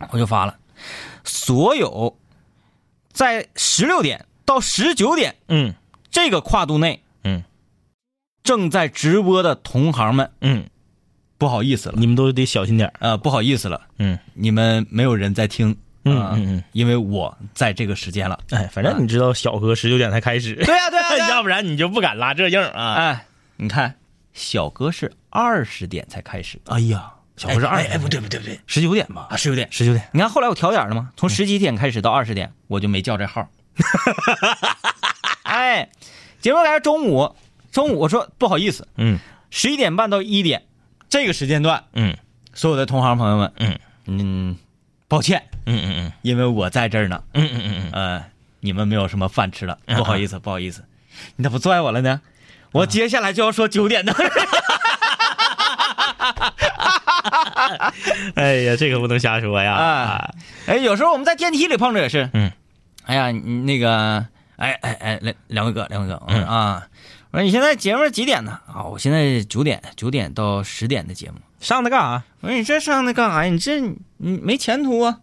Speaker 3: 嗯
Speaker 2: 我就发了。所有在十六点到十九点
Speaker 3: 嗯
Speaker 2: 这个跨度内
Speaker 3: 嗯
Speaker 2: 正在直播的同行们，
Speaker 3: 嗯，
Speaker 2: 不好意思了，
Speaker 3: 你们都得小心点儿。
Speaker 2: 呃，不好意思了，
Speaker 3: 嗯
Speaker 2: 你们没有人在听，
Speaker 3: 嗯
Speaker 2: 啊
Speaker 3: 嗯嗯，
Speaker 2: 因为我在这个时间了。
Speaker 3: 哎，反正你知道，小哥十九点才开 *laughs* 始，啊
Speaker 2: 对呀、啊对呀、 *laughs* 对呀、
Speaker 3: 要不然你就不敢拉这硬啊。
Speaker 2: 哎，你看，小哥是二十点才开始，
Speaker 3: 哎呀，小哥是二，
Speaker 2: 哎哎不
Speaker 3: 对不对不对，
Speaker 2: 十九点吧？啊，十九点。
Speaker 3: 十九点。
Speaker 2: 你看后来我调点了吗？从十几点开始到二十点，我就没叫这 *laughs* 号。哎，节目来中午，中午我说不好意思，
Speaker 3: 嗯
Speaker 2: 十一点半到一点这个时间段，
Speaker 3: 嗯
Speaker 2: 所有的同行朋友们，
Speaker 3: 嗯
Speaker 2: 嗯，抱歉，
Speaker 3: 嗯嗯
Speaker 2: 因为我在这儿呢，
Speaker 3: 嗯嗯嗯
Speaker 2: 呃，你们没有什么饭 *laughs* 吃了，不好意思，不好意思，你咋不拽我了呢？我接下来就要说九点的，
Speaker 3: 嗯。哎呀，这个不能瞎说呀。
Speaker 2: 啊哎，有时候我们在电梯里碰着也是，
Speaker 3: 嗯，
Speaker 2: 哎呀，你那个，哎哎哎，两两位哥，两位哥，
Speaker 3: 嗯
Speaker 2: 我说啊，我说你现在节目几点呢？啊，我现在九点，九点到十点的节目。
Speaker 3: 上他干啊啥？
Speaker 2: 我说你这上那干啥呀？你这你没前途
Speaker 3: *laughs*
Speaker 2: 啊，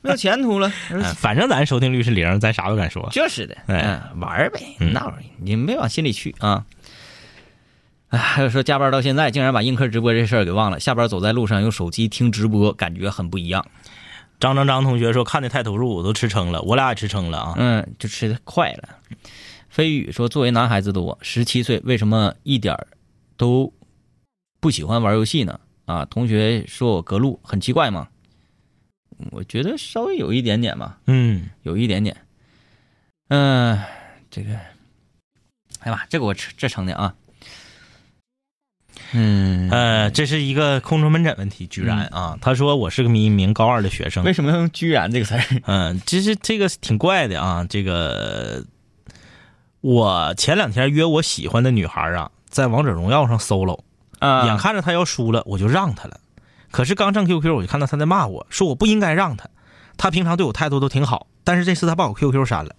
Speaker 2: 没有前途了。我说
Speaker 3: 哎反正咱收听率是零，咱啥都敢说。
Speaker 2: 就是的，
Speaker 3: 哎
Speaker 2: 嗯，玩儿呗，
Speaker 3: 嗯
Speaker 2: 闹着，你没往心里去啊。哎，还有说加班到现在，竟然把映客直播这事儿给忘了。下班走在路上用手机听直播，感觉很不一样。
Speaker 3: 张张张同学说看的太投入，我都吃撑了，我俩也吃撑了啊。
Speaker 2: 嗯，就吃的快了。飞宇说，作为男孩子的我，十七岁为什么一点儿都不喜欢玩游戏呢？啊，同学说我隔路，很奇怪吗？嗯我觉得稍微有一点点吧。
Speaker 3: 嗯
Speaker 2: 有一点点。嗯、这个，哎呀妈，这个我吃这成的啊。嗯，
Speaker 3: 呃，这是一个空中门诊问题，居然啊，他说我是个一名高二的学生，
Speaker 2: 为什么要用“居然”这个词儿？
Speaker 3: 嗯，其实这个挺怪的啊。这个我前两天约我喜欢的女孩啊，在王者荣耀上 solo，、
Speaker 2: 啊
Speaker 3: 眼看着她要输了，我就让她了。可是刚上 QQ，我就看到她在骂我，说我不应该让她。她平常对我态度都挺好，但是这次她把我 QQ 删了。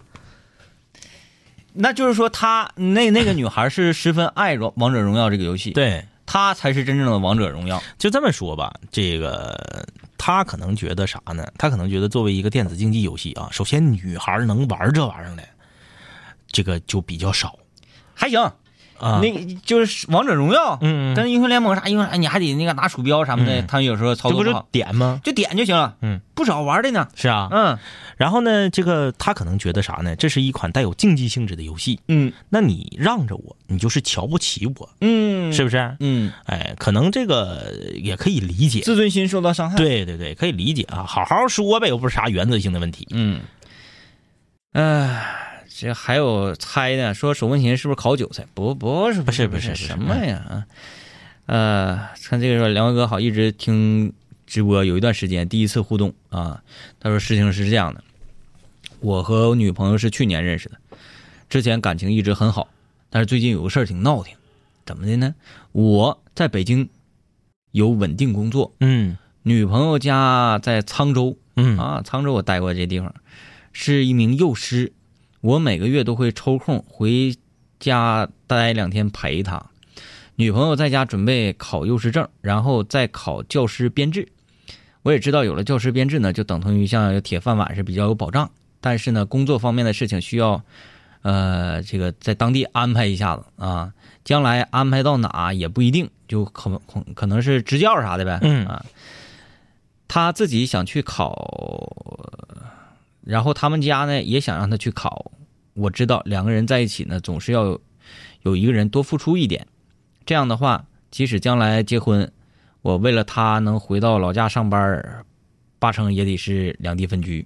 Speaker 2: 那就是说他那那个女孩是十分爱荣《王者荣耀》这个游戏，，
Speaker 3: 对，
Speaker 2: 她才是真正的王者荣耀。
Speaker 3: 就这么说吧，这个她可能觉得啥呢？她可能觉得作为一个电子竞技游戏啊，首先女孩能玩这玩意儿的，这个就比较少
Speaker 2: 还行，
Speaker 3: 啊。
Speaker 2: 那个就是《王者荣耀》
Speaker 3: 嗯，
Speaker 2: 跟英雄联盟啥，英雄哎你还得那个拿鼠标什么的，
Speaker 3: 嗯
Speaker 2: 他们有时候操
Speaker 3: 这不
Speaker 2: 作
Speaker 3: 就
Speaker 2: 不好，
Speaker 3: 点吗？
Speaker 2: 就点就行了。
Speaker 3: 嗯，
Speaker 2: 不少玩的呢。
Speaker 3: 是啊，
Speaker 2: 嗯
Speaker 3: 然后呢，这个他可能觉得啥呢？这是一款带有竞技性质的游戏，
Speaker 2: 嗯
Speaker 3: 那你让着我，你就是瞧不起我，
Speaker 2: 嗯，
Speaker 3: 是不是？
Speaker 2: 嗯，
Speaker 3: 哎，可能这个也可以理解，
Speaker 2: 自尊心受到伤害。
Speaker 3: 对对对，可以理解啊，好好说呗，又不是啥原则性的问题。
Speaker 2: 嗯，唉，这还有猜呢，说手风琴是不是烤韭菜？不，不是，不
Speaker 3: 是
Speaker 2: 不
Speaker 3: 不是不是嗯
Speaker 2: 什么呀？啊，呃，看这个说，梁文哥好，一直听直播有一段时间，第一次互动啊。他说事情是这样的，我和我女朋友是去年认识的，之前感情一直很好，但是最近有个事儿挺闹挺，怎么的呢？我在北京有稳定工作，
Speaker 3: 嗯
Speaker 2: 女朋友家在沧州，
Speaker 3: 嗯
Speaker 2: 啊，沧州我待过这地方，是一名幼师，我每个月都会抽空回家待两天陪她。女朋友在家准备考幼师证，然后再考教师编制。我也知道有了教师编制呢，就等同于像铁饭碗是比较有保障，但是呢，工作方面的事情需要，呃，这个在当地安排一下子啊，将来安排到哪也不一定，就可可可能是支教啥的呗，
Speaker 3: 嗯
Speaker 2: 啊，他自己想去考，然后他们家呢也想让他去考，我知道两个人在一起呢，总是要有有一个人多付出一点，这样的话，即使将来结婚，我为了他能回到老家上班儿，八成也得是两地分居。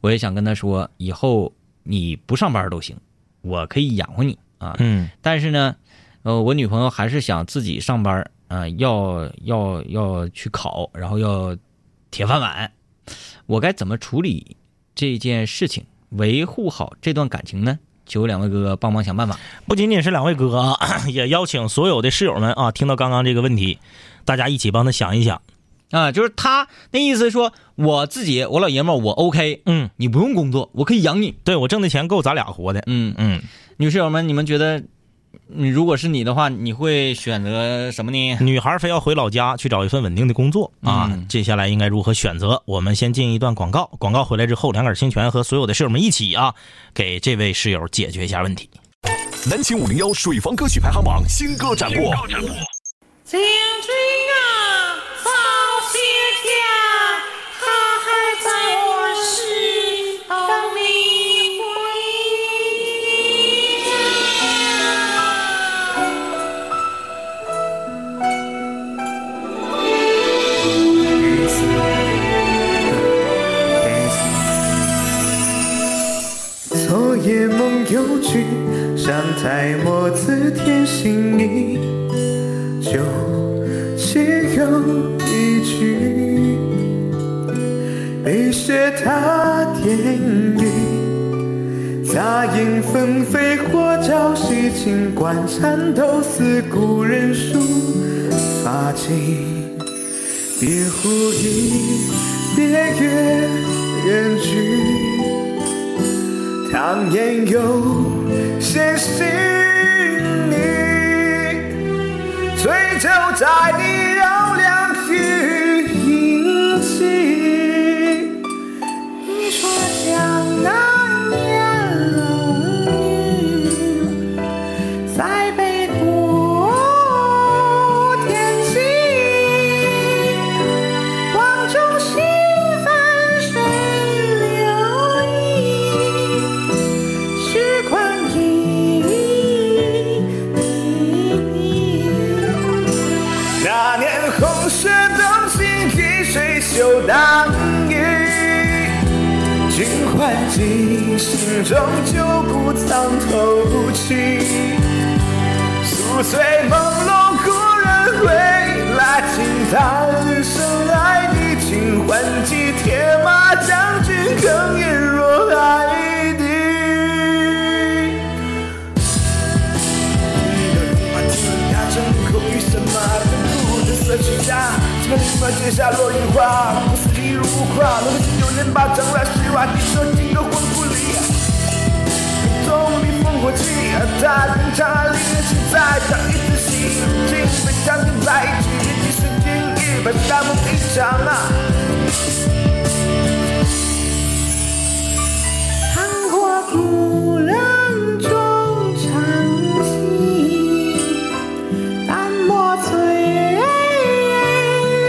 Speaker 2: 我也想跟他说，以后你不上班都行，我可以养活你啊。
Speaker 3: 嗯
Speaker 2: 但是呢，呃，我女朋友还是想自己上班儿啊、要要要去考，然后要铁饭碗。我该怎么处理这件事情，维护好这段感情呢？求两位哥哥帮忙想办法。
Speaker 3: 不仅仅是两位哥 *coughs* 啊，也邀请所有的室友们啊，听到刚刚这个问题，大家一起帮他想一想。
Speaker 2: 啊，就是他那意思是说，我自己我老爷们儿我 OK，
Speaker 3: 嗯，
Speaker 2: 你不用工作，我可以养你。
Speaker 3: 对我挣的钱够咱俩活的。
Speaker 2: 嗯，
Speaker 3: 嗯，
Speaker 2: 女室友们，你们觉得，嗯如果是你的话，你会选择什么呢？
Speaker 3: *laughs* 女孩非要回老家去找一份稳定的工作啊，
Speaker 2: 嗯
Speaker 3: 接下来应该如何选择？我们先进一段广告，广告回来之后，两杆儿清泉和所有的室友们一起啊，给这位室友解决一下问题。
Speaker 1: 南秦五零幺水房歌曲排行榜新歌展播。
Speaker 4: 将军啊，早些驾，他还在我市等你回家。
Speaker 5: 昨夜梦游去，上台墨字添新意，就只有一句，雨雪踏天雨，杂音纷飞或朝夕，尽管缠斗似故人书发髻。别狐疑，别越远去。唐言有些细腻，醉酒在你柔两语印记。
Speaker 4: 你说江南烟笼雨，在北国天际，望中西翻身流意，时光一你。
Speaker 5: 那年红雪东行，一水袖当雨，君还记，心中旧骨藏头去。宿醉朦胧，故人归来，轻叹声哀。你尽欢骑铁马将军，哽咽若海底。马蹄踏着门口雨伞，马奔路的色指甲，怎么什么结下落樱花，不似一如无话，弄得心有人把掌来实话，你说进个荒谷里。洞里烽火起，大人长安里的现在长一自习，竟被将军来一句，一句瞬间一百大梦一场啊！
Speaker 4: 趟过古人中长记，淡墨醉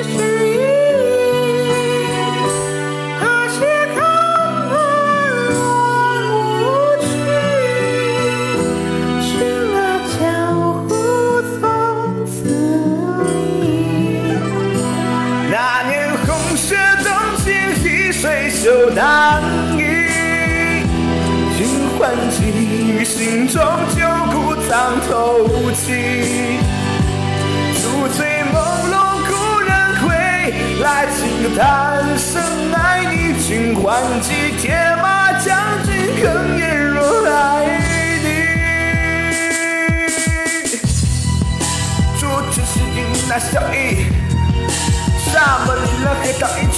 Speaker 4: 是意，他却看门落无趣，去了江湖从此立。
Speaker 5: 那年红雪东行，一水袖当雨。君还记，心中旧骨藏头起。宿醉朦胧，故人归来，轻叹声哀。你君还记，铁马将军哽咽若爱你。朱雀是迎那笑意。沙漠里浪黑到一曲，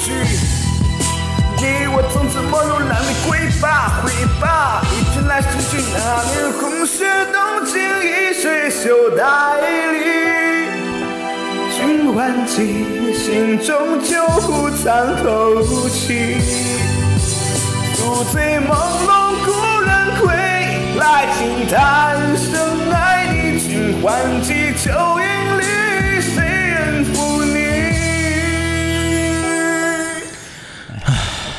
Speaker 5: 你我从此陌路，难离归吧，回吧。一君来，一去那年红雪东京，一水袖带里。君还记，心中旧湖藏头起。宿醉朦胧，故人归来轻叹声爱你，君还击酒饮里，谁人负你？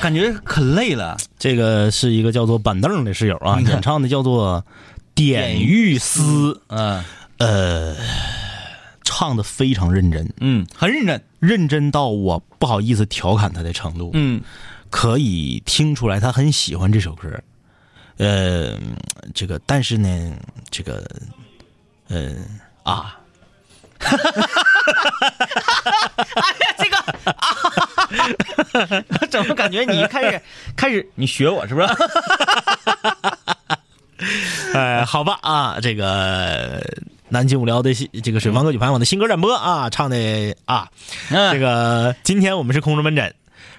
Speaker 2: 感觉可累了。
Speaker 3: 这个是一个叫做板凳的室友啊，演唱的叫做典狱司，
Speaker 2: 嗯
Speaker 3: 呃，唱的非常认真，
Speaker 2: 嗯，很认真。
Speaker 3: 认真到我不好意思调侃他的程度，
Speaker 2: 嗯，
Speaker 3: 可以听出来他很喜欢这首歌，呃，这个但是呢，这个，呃啊，
Speaker 2: *laughs*
Speaker 6: 怎么感觉你开始开始
Speaker 2: 你学我是不是？
Speaker 3: *laughs* 呃，好吧啊，这个南京无聊的新这个水房歌曲排行榜的新歌展播啊，唱的啊，
Speaker 2: 嗯
Speaker 3: *laughs* 这个今天我们是空中门诊。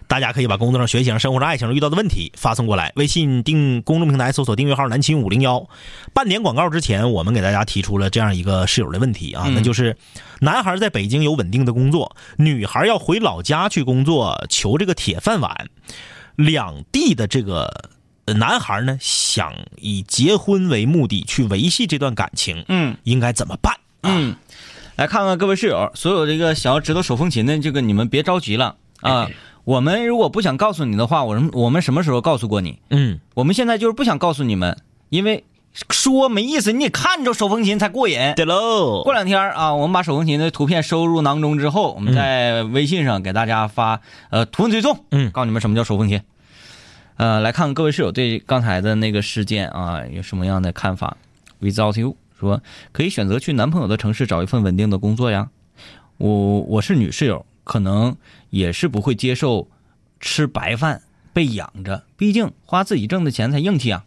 Speaker 3: 大家可以把工作上、学习上、生活上、爱情上遇到的问题发送过来，微信定公众平台搜索订阅号“南秦五零幺”。半点广告之前，我们给大家提出了这样一个室友的问题啊，那就是：男孩在北京有稳定的工作，女孩要回老家去工作，求这个铁饭碗。两地的这个呃男孩呢，想以结婚为目的去维系这段感情，
Speaker 2: 嗯，
Speaker 3: 应该怎么办？啊，
Speaker 2: 嗯，来看看各位室友，所有这个想要知道手风琴的这个，你们别着急了
Speaker 3: 哎
Speaker 2: 啊。我们如果不想告诉你的话，我们我们什么时候告诉过你？
Speaker 3: 嗯，
Speaker 2: 我们现在就是不想告诉你们，因为说没意思，你得看着手风琴才过瘾。
Speaker 3: 对喽
Speaker 2: 过，两天啊，我们把手风琴的图片收入囊中之后，我们在微信上给大家发呃图文追踪，
Speaker 3: 嗯
Speaker 2: 告诉你们什么叫手风琴。呃，来看看各位室友对刚才的那个事件啊有什么样的看法？Without you 说可以选择去男朋友的城市找一份稳定的工作呀。我我是女室友，可能也是不会接受吃白饭被养着，毕竟花自己挣的钱才硬气啊。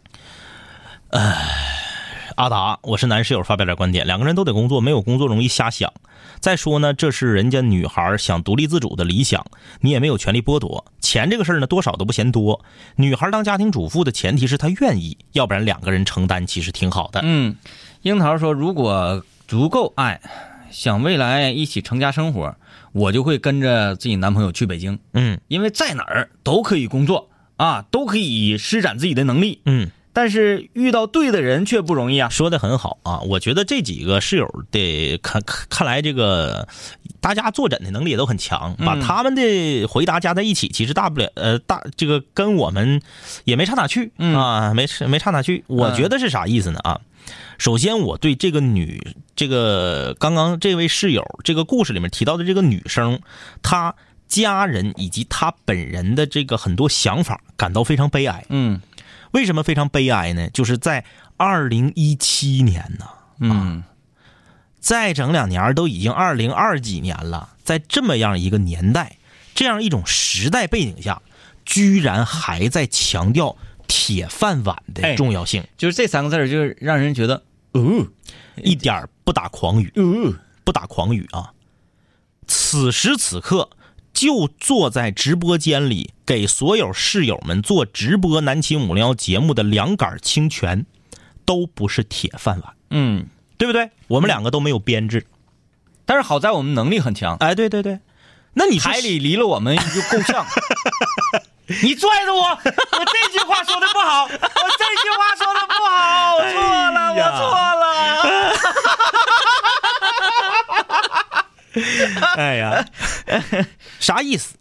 Speaker 3: 阿达，我是男室友，发表点观点。两个人都得工作，没有工作容易瞎想。再说呢，这是人家女孩想独立自主的理想，你也没有权利剥夺。钱这个事儿呢，多少都不嫌多。女孩当家庭主妇的前提是她愿意，要不然两个人承担其实挺好的。
Speaker 2: 嗯，樱桃说，如果足够爱，想未来一起成家生活，我就会跟着自己男朋友去北京，
Speaker 3: 嗯
Speaker 2: 因为在哪儿都可以工作啊，都可以施展自己的能力。
Speaker 3: 嗯，
Speaker 2: 但是遇到对的人却不容易啊。
Speaker 3: 说的很好啊，我觉得这几个室友的看看看来这个大家坐诊的能力也都很强，把
Speaker 2: 嗯
Speaker 3: 他们的回答加在一起，其实大不了呃大这个跟我们也没差哪去、
Speaker 2: 嗯
Speaker 3: 啊，没没差哪去。我觉得是啥意思呢啊？首先，我对这个女这个刚刚这位室友这个故事里面提到的这个女生，她家人以及她本人的这个很多想法感到非常悲哀。
Speaker 2: 嗯
Speaker 3: 为什么非常悲哀呢？就是在二零一七年呢，啊
Speaker 2: 嗯
Speaker 3: 再整两年儿都已经二零二几年了，在这么样一个年代，这样一种时代背景下，居然还在强调铁饭碗的
Speaker 2: 哎
Speaker 3: 重要性，
Speaker 2: 就是这三个字儿，就是让人觉得，哦
Speaker 3: 一点儿不打诳语，
Speaker 2: 哦，
Speaker 3: 不打诳语啊！此时此刻，就坐在直播间里给所有室友们做直播《南秦五零幺》节目的两杆清泉，都不是铁饭碗，
Speaker 2: 嗯。
Speaker 3: 对不对？我们两个都没有编制，
Speaker 2: 但是好在我们能力很强，
Speaker 3: 哎，对对对，那你说
Speaker 2: 海里离了我们就够呛。 *laughs* 你拽着我，我这句话说的不好，我这句话说的不好，我错了，啊我错了。
Speaker 3: 哎呀， *laughs* 啥意思？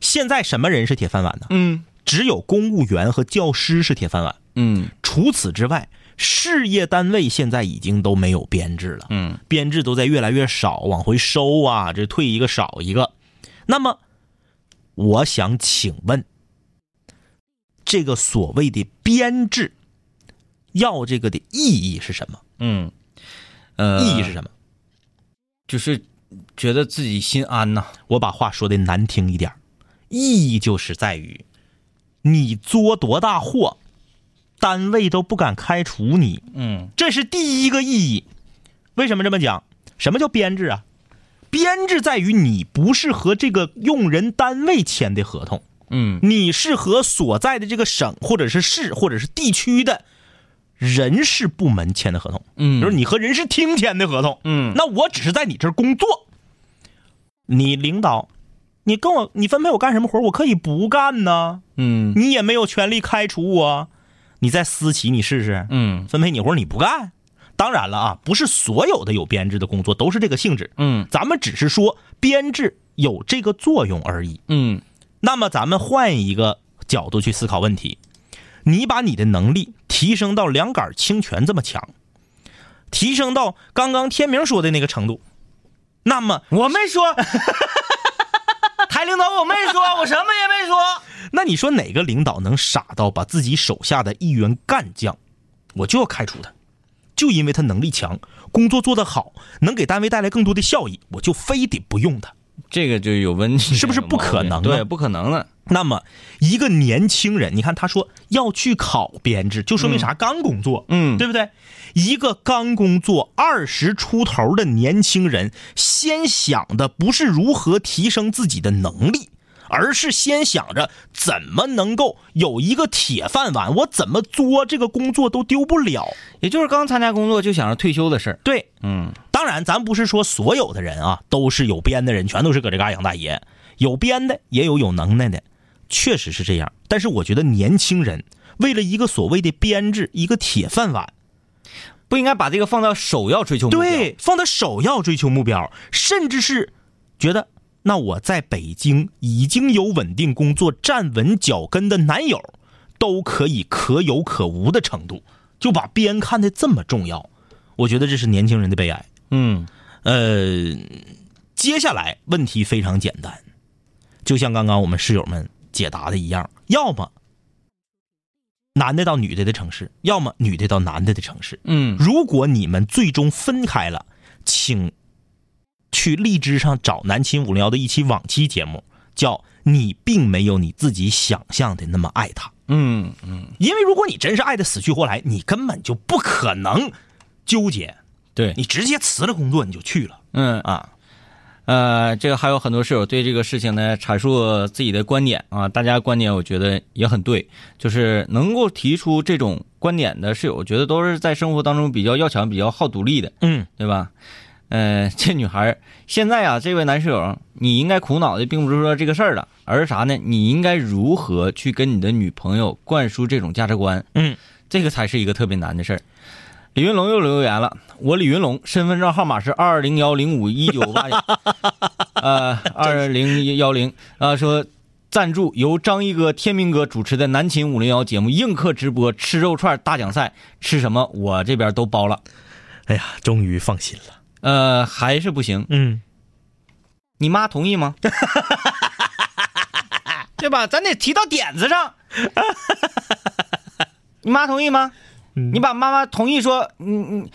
Speaker 3: 现在什么人是铁饭碗呢？
Speaker 2: 嗯
Speaker 3: 只有公务员和教师是铁饭碗，
Speaker 2: 嗯
Speaker 3: 除此之外，事业单位现在已经都没有编制了，
Speaker 2: 嗯，
Speaker 3: 编制都在越来越少，往回收啊，这退一个少一个。那么，我想请问，这个所谓的编制，要这个的意义是什么？
Speaker 2: 嗯，呃，
Speaker 3: 意义是什么？
Speaker 2: 就是觉得自己心安呐、
Speaker 3: 我把话说的难听一点儿，意义就是在于，你作多大祸，单位都不敢开除你，
Speaker 2: 嗯
Speaker 3: 这是第一个意义。为什么这么讲？什么叫编制啊？编制在于你不是和这个用人单位签的合同，
Speaker 2: 嗯
Speaker 3: 你是和所在的这个省或者是市或者是地区的人事部门签的合同。
Speaker 2: 嗯
Speaker 3: 比如你和人事厅签的合同，
Speaker 2: 嗯
Speaker 3: 那我只是在你这儿工作，你领导，你跟我你分配我干什么活儿我可以不干呢，
Speaker 2: 嗯
Speaker 3: 你也没有权利开除我。你再私企你试试，
Speaker 2: 嗯
Speaker 3: 分配你活儿你不干。当然了啊，不是所有的有编制的工作都是这个性质，
Speaker 2: 嗯
Speaker 3: 咱们只是说编制有这个作用而已。
Speaker 2: 嗯
Speaker 3: 那么咱们换一个角度去思考问题，你把你的能力提升到两杆清泉这么强，提升到刚刚天明说的那个程度，那么
Speaker 7: 我没
Speaker 2: *laughs*
Speaker 7: 说，台领导我没说，我什么也没说。
Speaker 3: 那你说哪个领导能傻到把自己手下的一员干将，我就要开除他，就因为他能力强，工作做得好，能给单位带来更多的效益，我就非得不用他。
Speaker 2: 这个就有问题，
Speaker 3: 是不是不可能啊
Speaker 2: 对，不可能的。
Speaker 3: 那么，一个年轻人，你看他说要去考编制，就说明啥？刚工作，
Speaker 2: 嗯
Speaker 3: 对不对？一个刚工作二十出头的年轻人，先想的不是如何提升自己的能力，而是先想着怎么能够有一个铁饭碗，我怎么作这个工作都丢不了。
Speaker 2: 也就是刚参加工作就想着退休的事儿，
Speaker 3: 对，
Speaker 2: 嗯
Speaker 3: 当然，咱不是说所有的人啊都是有编的人，全都是搁这嘎养大爷，有编的也有有能耐的，确实是这样。但是我觉得年轻人为了一个所谓的编制，一个铁饭碗，
Speaker 2: 不应该把这个放到首要追求目标。
Speaker 3: 对，放在首要追求目标，甚至是觉得那我在北京已经有稳定工作、站稳脚跟的男友，都可以可有可无的程度，就把编看得这么重要，我觉得这是年轻人的悲哀。
Speaker 2: 嗯
Speaker 3: 呃，接下来问题非常简单，就像刚刚我们室友们解答的一样，要么男的到女的的城市，要么女的到男的的城市。
Speaker 2: 嗯
Speaker 3: 如果你们最终分开了，请去荔枝上找南秦五零幺的一期往期节目，叫《你并没有你自己想象的那么爱他》。
Speaker 2: 嗯，
Speaker 3: 因为如果你真是爱的死去活来，你根本就不可能纠结，
Speaker 2: 对，
Speaker 3: 你直接辞了工作你就去了
Speaker 2: 嗯
Speaker 3: 啊。
Speaker 2: 呃，这个还有很多室友对这个事情呢阐述自己的观点啊，大家观点我觉得也很对，就是能够提出这种观点的室友，我觉得都是在生活当中比较要强、比较好独立的，
Speaker 3: 嗯，
Speaker 2: 对吧？呃，这女孩儿现在啊，这位男室友，你应该苦恼的并不是说这个事儿了，而是啥呢？你应该如何去跟你的女朋友灌输这种价值观？
Speaker 3: 嗯，
Speaker 2: 这个才是一个特别难的事儿。李云龙又留言了，我李云龙身份证号码是二零幺零五一九八幺，呃，二零幺零啊，说赞助由张一哥、天明哥主持的南秦五零幺节目映客直播吃肉串大奖赛，吃什么我这边都包了，
Speaker 3: 哎呀，终于放心了。
Speaker 2: 呃，还是不行，
Speaker 3: 嗯，
Speaker 2: 你妈同意吗？ *laughs* 对吧？咱得提到点子上。 *laughs* 你妈同意吗？你把妈妈同意说，嗯嗯，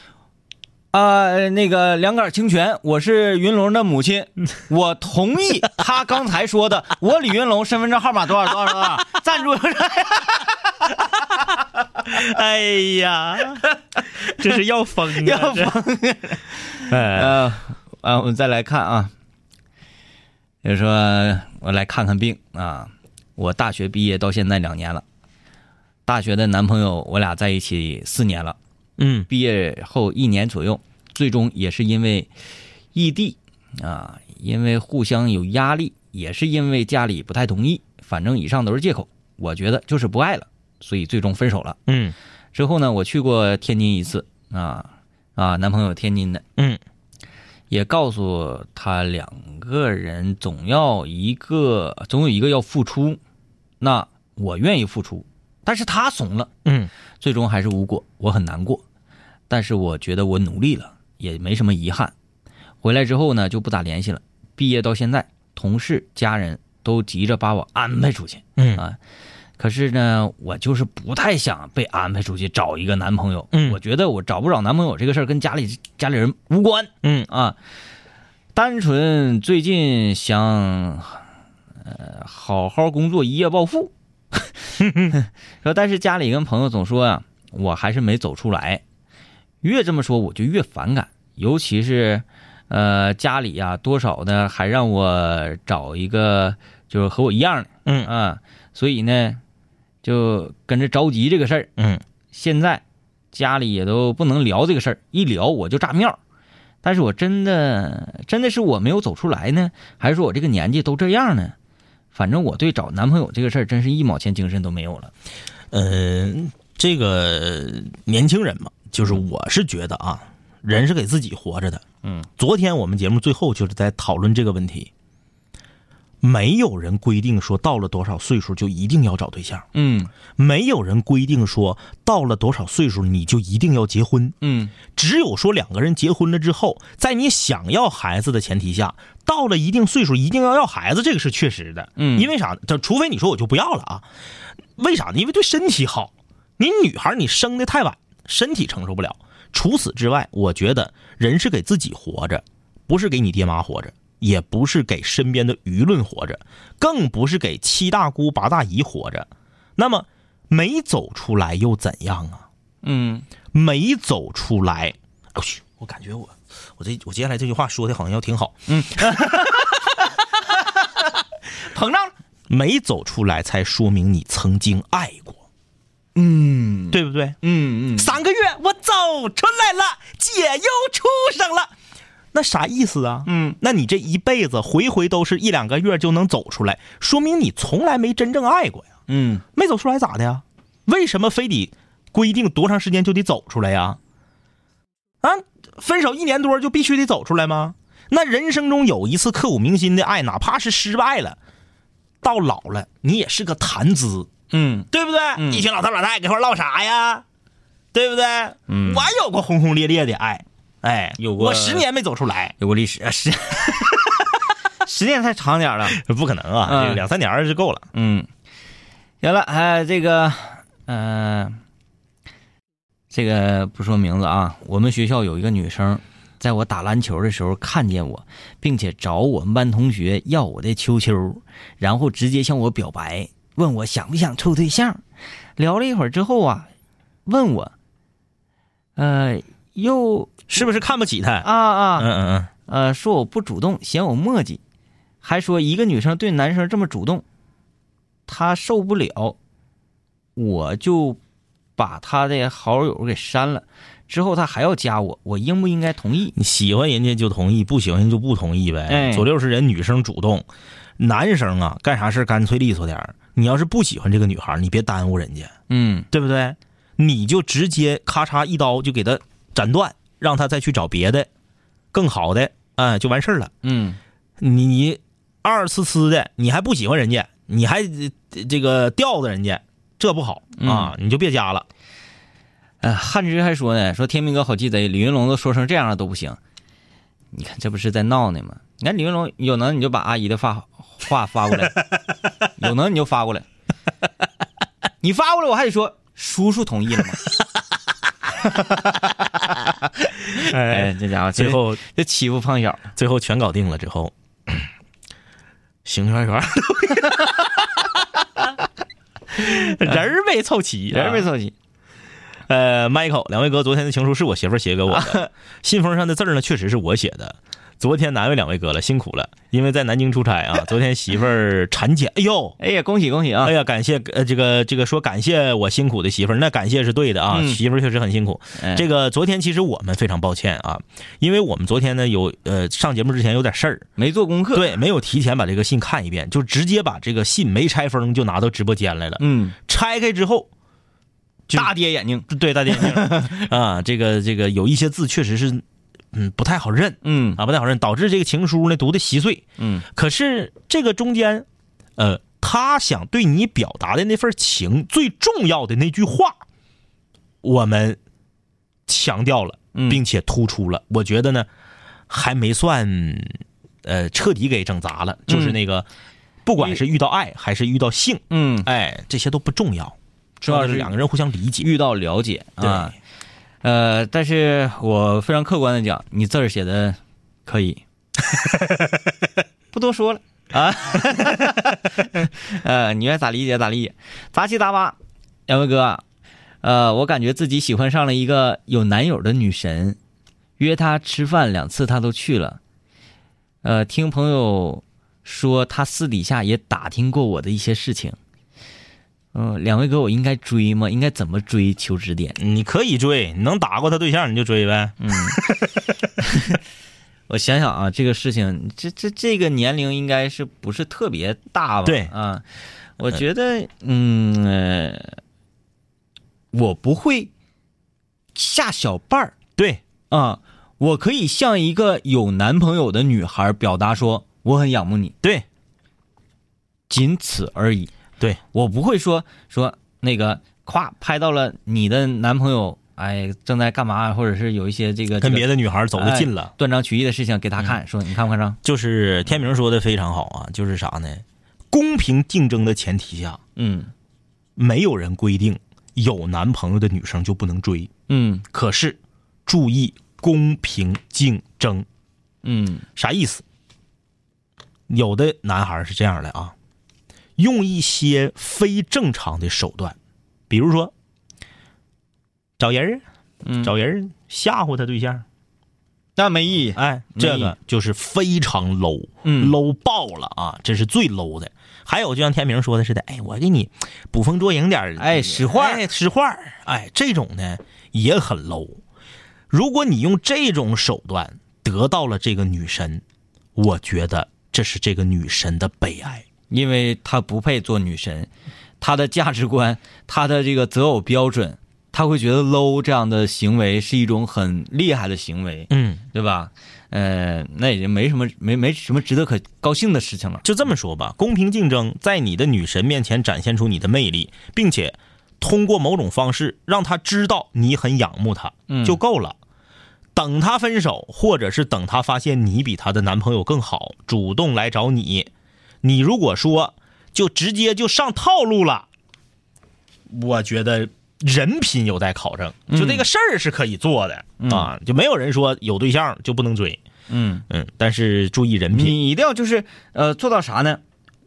Speaker 2: 呃，那个两杆清泉，我是云龙的母 *laughs* 亲，我同意他刚才说的，我李云龙身份证号码多少多少多 *laughs* 少，赞助。
Speaker 3: 哎呀，
Speaker 2: *laughs*
Speaker 3: 这是要疯 *laughs* 啊！要疯！哎，
Speaker 2: 呃，啊，我们再来看啊，就说我来看看病啊，我大学毕业到现在两年了，大学的男朋友我俩在一起四年了，
Speaker 3: 嗯
Speaker 2: 毕业后一年左右，最终也是因为异地啊，因为互相有压力，也是因为家里不太同意，反正以上都是借口，我觉得就是不爱了，所以最终分手了。
Speaker 3: 嗯
Speaker 2: 之后呢，我去过天津一次啊啊，男朋友天津的，
Speaker 3: 嗯，
Speaker 2: 也告诉他两个人总要一个，总有一个要付出，那我愿意付出，但是他怂了，
Speaker 3: 嗯
Speaker 2: 最终还是无果，我很难过，但是我觉得我努力了，也没什么遗憾。回来之后呢，就不咋联系了。毕业到现在，同事、家人都急着把我安排出去，
Speaker 3: 嗯
Speaker 2: 啊。可是呢，我就是不太想被安排出去找一个男朋友。
Speaker 3: 嗯
Speaker 2: 我觉得我找不找男朋友这个事儿跟家里家里人无关
Speaker 3: 嗯
Speaker 2: 啊，单纯最近想，呃，好好工作，一夜暴富。说，但是家里跟朋友总说啊，我还是没走出来。越这么说，我就越反感，尤其是，呃，家里呀、多少呢，还让我找一个就是和我一样的。
Speaker 3: 嗯
Speaker 2: 啊，所以呢，就跟着着急这个事儿。
Speaker 3: 嗯
Speaker 2: 现在家里也都不能聊这个事儿，一聊我就炸庙。但是我真的真的是我没有走出来呢，还是说我这个年纪都这样呢？反正我对找男朋友这个事儿真是一毛钱精神都没有了。
Speaker 3: 嗯，这个年轻人嘛，就是我是觉得啊，人是给自己活着的。嗯，昨天我们节目最后就是在讨论这个问题，没有人规定说到了多少岁数就一定要找对象，
Speaker 2: 嗯
Speaker 3: 没有人规定说到了多少岁数你就一定要结婚。
Speaker 2: 嗯
Speaker 3: 只有说两个人结婚了之后，在你想要孩子的前提下，到了一定岁数一定要要孩子，这个是确实的。
Speaker 2: 嗯
Speaker 3: 因为啥？这除非你说我就不要了啊？为啥呢？因为对身体好。你女孩你生的太晚，身体承受不了。除此之外，我觉得人是给自己活着，不是给你爹妈活着，也不是给身边的舆论活着，更不是给七大姑八大姨活着。那么没走出来又怎样啊？
Speaker 2: 嗯，
Speaker 3: 没走出来。我去，哎我感觉我我这我接下来这句话说的好像要挺好， *laughs* 嗯，膨胀了，没走出来才说明你曾经爱过，嗯，对不对？
Speaker 2: 嗯嗯，
Speaker 3: 三个月我走出来了，姐又出生了。那啥意思啊？嗯，那你这一辈子回回都是一两个月就能走出来，说明你从来没真正爱过呀。
Speaker 2: 嗯，
Speaker 3: 没走出来咋的呀？为什么非得规定多长时间就得走出来呀？啊，分手一年多就必须得走出来吗？那人生中有一次刻骨铭心的爱，哪怕是失败了，到老了你也是个谈资，
Speaker 2: 嗯
Speaker 3: 对不对？一群老头老太太搁一块儿唠啥呀？对不对？我有过轰轰烈烈的爱，哎，
Speaker 2: 嗯有过
Speaker 3: 我十年没走出来，
Speaker 2: 有过历史啊，是， *laughs* 时间太长点儿了。
Speaker 3: *laughs* 不可能啊，
Speaker 2: 嗯
Speaker 3: 这个两三年儿就够了。
Speaker 2: 嗯，行了，哎，这个，呃，这个不说名字啊，我们学校有一个女生，在我打篮球的时候看见我，并且找我们班同学要我的秋秋，然后直接向我表白，问我想不想处对象。聊了一会儿之后啊，问我，呃，又
Speaker 3: 是不是看不起他？
Speaker 2: 啊啊，
Speaker 3: 嗯嗯嗯，
Speaker 2: 呃，说我不主动，嫌我墨迹，还说一个女生对男生这么主动，她受不了，我就把她的好友给删了。之后她还要加我，我应不应该同意？
Speaker 3: 你喜欢人家就同意，不喜欢人就不同意呗。
Speaker 2: 哎
Speaker 3: 左六是人女生主动，男生啊干啥事儿干脆利索点儿。你要是不喜欢这个女孩儿，你别耽误人家，
Speaker 2: 嗯
Speaker 3: 对不对？你就直接咔嚓一刀就给她斩断，让她再去找别的更好的，啊、就完事儿了。
Speaker 2: 嗯
Speaker 3: 你你二次次的，你还不喜欢人家，你还呃这个吊着人家，这不好
Speaker 2: 嗯
Speaker 3: 啊，你就别加了。
Speaker 2: 呃，汉之还说呢，说天明哥好鸡贼，李云龙都说成这样了都不行。你看这不是在闹呢吗？你看李云龙有能你就把阿姨的发话发
Speaker 3: *laughs*
Speaker 2: 过来，有能你就发过来，你发过来我还得说叔叔同
Speaker 3: *laughs*
Speaker 2: 意了吗？哎，，这家伙
Speaker 3: 最后啊
Speaker 2: 这欺负胖小，
Speaker 3: 最后全搞定了之后，行圈圈，
Speaker 2: *laughs*
Speaker 3: 人儿没凑齐，
Speaker 2: 人没。凑齐。
Speaker 3: 呃，Michael，两位哥，昨天的情书是我媳妇儿写给我
Speaker 2: *laughs*
Speaker 3: 的，信封上的字儿呢，确实是我写的。昨天难为两位哥了，辛苦了，因为在南京出差
Speaker 2: *laughs*
Speaker 3: 啊。昨天媳妇儿产检，哎呦，
Speaker 2: 哎呀，恭喜恭喜啊
Speaker 3: 哎！呀，感谢呃这个这个说感谢我辛苦的媳妇儿，那感谢是对的啊，
Speaker 2: 嗯
Speaker 3: 媳妇儿确实很辛苦。
Speaker 2: 哎
Speaker 3: 这个昨天其实我们非常抱歉啊，因为我们昨天呢有呃上节目之前有点事儿，
Speaker 2: 没做功 *laughs* 课，，
Speaker 3: 对，没有提前把这个信看一遍， *laughs* 就直接把这个信没拆封就拿到直播间来了。
Speaker 2: 嗯，
Speaker 3: 拆开之后，就
Speaker 2: 大跌眼镜，
Speaker 3: 对大电影
Speaker 2: *laughs*
Speaker 3: 啊，这个这个有一些字确实是，嗯，不太好认
Speaker 2: 嗯
Speaker 3: 啊，不太好认，导致这个情书呢读的稀碎。
Speaker 2: 嗯，
Speaker 3: 可是这个中间，呃，他想对你表达的那份情，最重要的那句话，我们强调了，
Speaker 2: 嗯
Speaker 3: 并且突出了。我觉得呢，还没算呃彻底给整砸
Speaker 2: 嗯
Speaker 3: 了，就是那个，不管是遇到爱还是遇到性，
Speaker 2: 嗯，
Speaker 3: 哎，这些都不重要，
Speaker 2: 重
Speaker 3: 重
Speaker 2: 要的
Speaker 3: 要的是
Speaker 2: 是
Speaker 3: 两个人互相理解。
Speaker 2: 遇到了解
Speaker 3: 对
Speaker 2: 啊。呃，但是我非常客观的讲，你字儿写的可以，不多说了啊。呃，你愿意咋理解咋理解，杂七杂八。两位哥，呃，我感觉自己喜欢上了一个有男友的女神，约她吃饭两次她都去了。呃，听朋友说她私底下也打听过我的一些事情。嗯、两位哥，我应该追吗？应该怎么追？求指点。
Speaker 3: 你可以追，你能打过他对象你就追呗。
Speaker 2: 嗯我想想啊，这个事情，这这这个年龄应该是不是特别大吧？
Speaker 3: 对
Speaker 2: 啊，我觉得，嗯、呃呃我不会下小绊儿
Speaker 3: 对，
Speaker 2: 啊，我可以向一个有男朋友的女孩表达说我很仰慕你，
Speaker 3: 对，
Speaker 2: 仅此而已。
Speaker 3: 对
Speaker 2: 我不会说说那个夸拍到了你的男朋友，哎，正在干嘛，或者是有一些这个哎
Speaker 3: 跟别
Speaker 2: 的
Speaker 3: 的女孩走得近了。嗯
Speaker 2: 断章取义的事情给他看，说你看不看上？
Speaker 3: 就是天明说的非常好啊，就是啥呢？公平竞争的前提下，
Speaker 2: 嗯
Speaker 3: 没有人规定有男朋友的女生就不能追。
Speaker 2: 嗯
Speaker 3: 可是，注意公平竞争，
Speaker 2: 嗯
Speaker 3: 啥意思？有的男孩是这样的啊，用一些非正常的手段，比如说找人儿啊，
Speaker 2: 嗯，
Speaker 3: 找人儿吓唬他对象，
Speaker 2: 那没意义。
Speaker 3: 哎，
Speaker 2: 没
Speaker 3: 这
Speaker 2: 意
Speaker 3: 个就是非常 low，
Speaker 2: 嗯
Speaker 3: low 爆了啊，这是最 low 的。还有就像天明说的似的，哎，我给你捕风捉影点儿，
Speaker 2: 哎使坏儿
Speaker 3: 哎，使坏儿，哎，这种呢也很 low。如果你用这种手段得到了这个女神，我觉得这是这个女神的悲哀。
Speaker 2: 因为她不配做女神，她的价值观， *laughs* 她的这个择偶标准，她会觉得 low 这样的行为是一种很厉害的行为，
Speaker 3: 嗯，
Speaker 2: 对吧？呃，那也就没什么没没什么值得可高兴的事情了。
Speaker 3: 就这么说吧，公平竞争在你的女神面前展现出你的魅力，并且通过某种方式让她知道你很仰慕她，
Speaker 2: 嗯
Speaker 3: 就够了。等她分手，或者是等她发现你比她的男朋友更好，主动来找你，你如果说就直接就上套路了，我觉得人品有待考证。
Speaker 2: 嗯
Speaker 3: 就这个事儿是可以做的、啊，就没有人说有对象就不能追。
Speaker 2: 嗯
Speaker 3: 嗯，但是注意人品。
Speaker 2: 你一定要就是呃做到啥呢？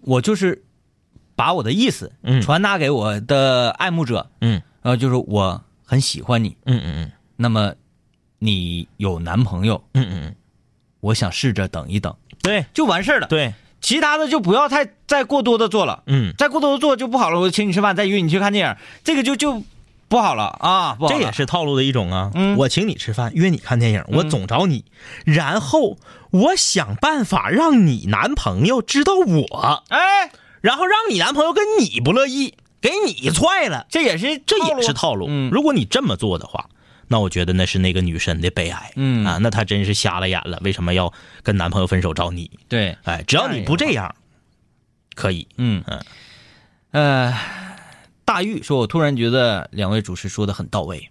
Speaker 2: 我就是把我的意思
Speaker 3: 嗯
Speaker 2: 传达给我的爱慕者，
Speaker 3: 嗯
Speaker 2: 然后就是我很喜欢你。
Speaker 3: 嗯嗯
Speaker 2: 那么你有男朋友，
Speaker 3: 嗯嗯嗯嗯，
Speaker 2: 我想试着等一等，
Speaker 3: 对。
Speaker 2: 就完事儿了。
Speaker 3: 对，
Speaker 2: 其他的就不要太再过多的做了，
Speaker 3: 嗯，
Speaker 2: 再过多的做就不好了。我请你吃饭，再约你去看电影，这个就就不好了啊，不好
Speaker 3: 这
Speaker 2: 了。
Speaker 3: 也是套路的一种啊。
Speaker 2: 嗯
Speaker 3: 我请你吃饭，约你看电影，我总找你，然后我想办法让你男朋友知道我，
Speaker 2: 哎，
Speaker 3: 然后让你男朋友跟你不乐意，给你踹了，
Speaker 2: 这也是
Speaker 3: 这
Speaker 2: 套
Speaker 3: 也
Speaker 2: 路
Speaker 3: 是套路。
Speaker 2: 嗯
Speaker 3: 如果你这么做的话。那我觉得那是那个女生的悲哀，
Speaker 2: 嗯
Speaker 3: 啊，那她真是瞎了眼了，为什么要跟男朋友分手找你？
Speaker 2: 对，
Speaker 3: 哎，只要
Speaker 2: 那
Speaker 3: 你
Speaker 2: 也
Speaker 3: 不这样，可以，
Speaker 2: 嗯
Speaker 3: 嗯
Speaker 2: 呃，大玉说，我突然觉得两位主持说的很到位，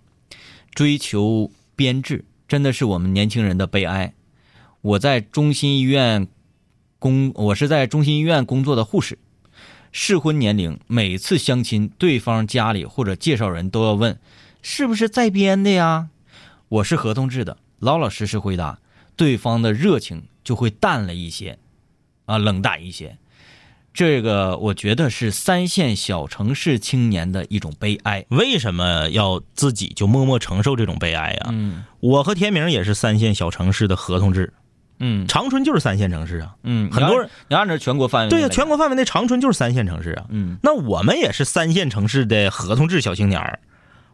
Speaker 2: 追求编制真的是我们年轻人的悲哀。我在中心医院工，我是在中心医院工作的护士。适婚年龄，每次相亲，对方家里或者介绍人都要问是不是在编的呀？我是合同制的，老老实实回答，对方的热情就会淡了一些，啊，冷淡一些。这个我觉得是三线小城市青年的一种悲哀。
Speaker 3: 为什么要自己就默默承受这种悲哀啊？
Speaker 2: 嗯
Speaker 3: 我和天明也是三线小城市的合同制，
Speaker 2: 嗯
Speaker 3: 长春就是三线城市啊。
Speaker 2: 嗯，
Speaker 3: 很多人
Speaker 2: 你按照全国范围
Speaker 3: 对呀、
Speaker 2: 来
Speaker 3: 全国范围内长春就是三线城市啊。
Speaker 2: 嗯
Speaker 3: 那我们也是三线城市的合同制小青年儿，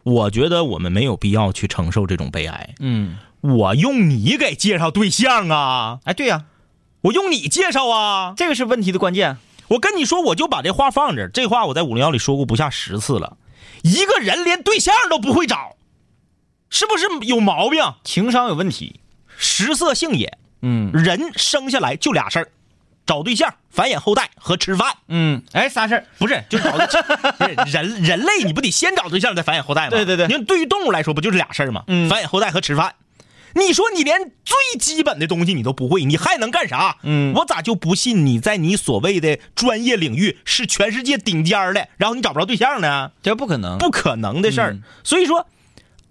Speaker 3: 我觉得我们没有必要去承受这种悲哀。
Speaker 2: 嗯，
Speaker 3: 我用你给介绍对象啊，
Speaker 2: 哎对呀、
Speaker 3: 我用你介绍啊，
Speaker 2: 这个是问题的关键。
Speaker 3: 我跟你说，我就把这话放这儿，这话我在五零幺里说过不下十次了。一个人连对象都不会找，是不是有毛病？
Speaker 2: 情商有问题。
Speaker 3: 食色性也，
Speaker 2: 嗯
Speaker 3: 人生下来就俩事儿：找对象、繁衍后代和吃饭。
Speaker 2: 嗯，哎，啥事儿？
Speaker 3: 不是，就找 *laughs* 不是人人类，你不得先找对象再繁衍后代吗？
Speaker 2: 对对对
Speaker 3: 你看，对于动物来说，不就是俩事儿吗？
Speaker 2: 嗯
Speaker 3: 繁衍后代和吃饭。你说你连最基本的东西你都不会，你还能干啥？
Speaker 2: 嗯
Speaker 3: 我咋就不信你在你所谓的专业领域是全世界顶尖儿的，然后你找不着对象呢？
Speaker 2: 这不可能。
Speaker 3: 不可能的事儿。
Speaker 2: 嗯
Speaker 3: 所以说，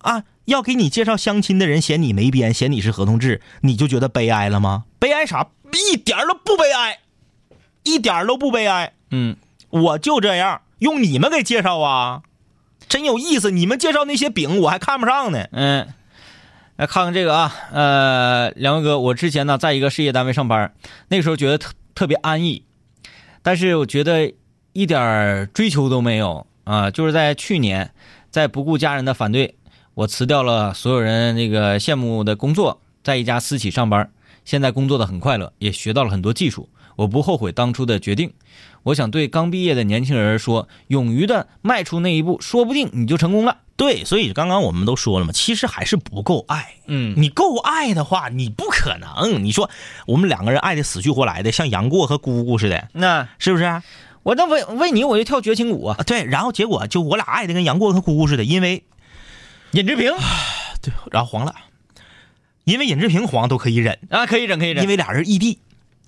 Speaker 3: 啊，要给你介绍相亲的人嫌你没编，嫌你是合同制，你就觉得悲哀了吗？悲哀啥？一点儿都不悲哀，一点儿都不悲哀。
Speaker 2: 嗯，
Speaker 3: 我就这样，用你们给介绍啊，真有意思。你们介绍那些饼，我还看不上呢。
Speaker 2: 嗯，来看看这个啊，呃，梁文哥，我之前呢在一个事业单位上班，那个时候觉得特特别安逸，但是我觉得一点儿追求都没有啊、就是在去年，在不顾家人的反对，我辞掉了所有人那个羡慕的工作，在一家私企上班，现在工作的很快乐，也学到了很多技术，我不后悔当初的决定。我想对刚毕业的年轻人说，勇于的迈出那一步，说不定你就成功了。
Speaker 3: 对，所以刚刚我们都说了嘛，其实还是不够爱。
Speaker 2: 嗯
Speaker 3: 你够爱的话，你不可能。你说我们两个人爱的死去活来的，像杨过和姑姑似的，
Speaker 8: 那
Speaker 3: 是不是啊？
Speaker 8: 我那为为你我就跳绝情舞啊，
Speaker 3: 啊对，然后结果就我俩爱的跟杨过和姑姑似的，因为
Speaker 8: 尹志平
Speaker 3: 对，然后黄了，因为尹志平黄都可以忍，
Speaker 8: 啊，可以忍可以忍，
Speaker 3: 因为俩人异地，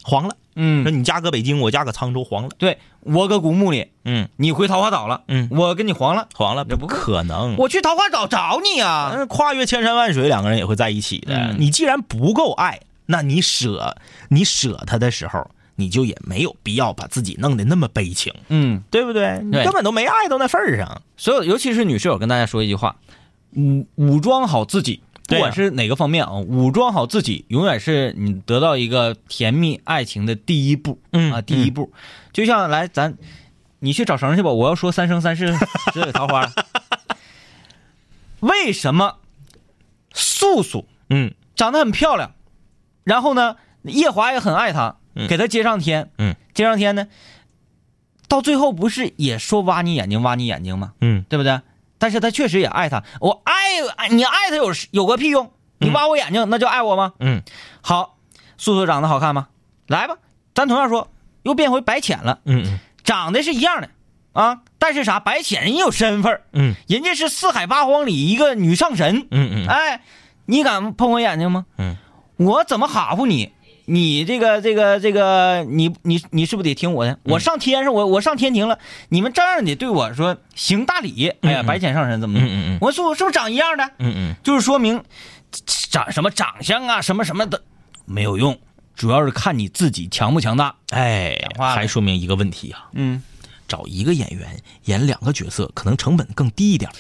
Speaker 3: 黄了。说
Speaker 8: 嗯，
Speaker 3: 你家搁北京，我家搁沧州，黄了。
Speaker 8: 对我搁古墓里，
Speaker 3: 嗯，
Speaker 8: 你回桃花岛了，
Speaker 3: 嗯
Speaker 8: 我跟你黄了，
Speaker 3: 黄了，
Speaker 8: 这
Speaker 3: 不
Speaker 8: 不够
Speaker 3: 可能。
Speaker 8: 我去桃花岛找你啊，
Speaker 3: 嗯，跨越千山万水，两个人也会在一起的。
Speaker 2: 嗯
Speaker 3: 你既然不够爱，那你舍你舍他的时候，你就也没有必要把自己弄得那么悲情，
Speaker 8: 嗯，
Speaker 3: 对不对？你
Speaker 2: 对
Speaker 3: 根本都没爱到那份儿上。
Speaker 2: 所有尤其是女室友，跟大家说一句话：武武装好自己，
Speaker 3: 对
Speaker 2: 不
Speaker 3: 啊
Speaker 2: 管是哪个方面啊，武装好自己永远是你得到一个甜蜜爱情的第一步。
Speaker 3: 嗯
Speaker 2: 啊，第一步，就像来咱你去找绳去吧，我要说三生三世
Speaker 3: *laughs*
Speaker 2: 十里桃花。为什么素素
Speaker 3: 嗯
Speaker 2: 长得很漂亮，然后呢，夜华也很爱她，
Speaker 3: 嗯
Speaker 2: 给她接上天，
Speaker 3: 嗯，
Speaker 2: 接上天呢，到最后不是也说挖你眼睛挖你眼睛吗？
Speaker 3: 嗯
Speaker 2: 对不对？但是他确实也爱他，我爱你爱他有有个屁用？你挖我眼睛，那叫爱我吗？
Speaker 3: 嗯
Speaker 2: 好，素素长得好看吗？来吧，咱同样说，又变回白浅了，
Speaker 3: 嗯
Speaker 2: 长得是一样的啊，但是啥？白浅人家有身份儿，
Speaker 3: 嗯
Speaker 2: 人家是四海八荒里一个女上神，
Speaker 3: 嗯嗯
Speaker 2: 哎，你敢碰我眼睛吗？
Speaker 3: 嗯，
Speaker 2: 我怎么哈呼你？你这个这个这个，你你你是不是得听我
Speaker 3: 嗯
Speaker 2: 的？我上天上，我我上天庭了，你们照样得对我说行大礼。哎呀，白浅上神怎么的？
Speaker 3: 嗯嗯嗯嗯
Speaker 2: 我说我是不是长一样的？
Speaker 3: 嗯嗯
Speaker 2: 就是说明长什么长相啊，什么什么的没有用，主要是看你自己强不强大。
Speaker 3: 哎
Speaker 2: 讲，话了
Speaker 3: 还说明一个问题啊，
Speaker 2: 嗯，
Speaker 3: 找一个演员演两个角色，可能成本更低一点儿。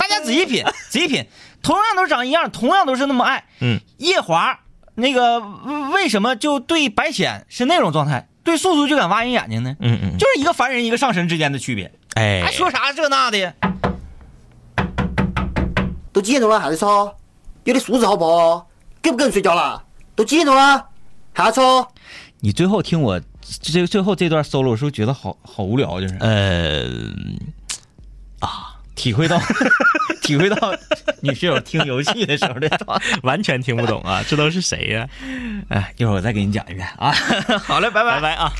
Speaker 2: 大家仔细
Speaker 3: *laughs*
Speaker 2: 品，仔细品，同样都是长一样，同样都是那么爱。
Speaker 3: 嗯，
Speaker 2: 夜华那个为为什么就对白浅是那种状态，对素素就敢挖人眼睛呢？
Speaker 3: 嗯嗯，
Speaker 2: 就是一个凡人一个上神之间的区别，
Speaker 3: 哎，
Speaker 2: 还说啥这那的？
Speaker 9: 都几点钟了还在吵？有点素质好不好？够不够人睡觉了？都几点钟了还吵？
Speaker 2: 你最后听我这最后这段 solo 是不是觉得好好无聊？就是啊
Speaker 3: 呃，
Speaker 2: 体会
Speaker 3: *laughs*
Speaker 2: 到体会到女室友听游戏的时候的状态。
Speaker 3: *laughs* 完全听不懂啊，这都是谁呀、
Speaker 2: 哎，一会儿我再给你讲一遍
Speaker 3: *laughs*
Speaker 2: 啊。好嘞，拜拜
Speaker 3: 拜拜啊。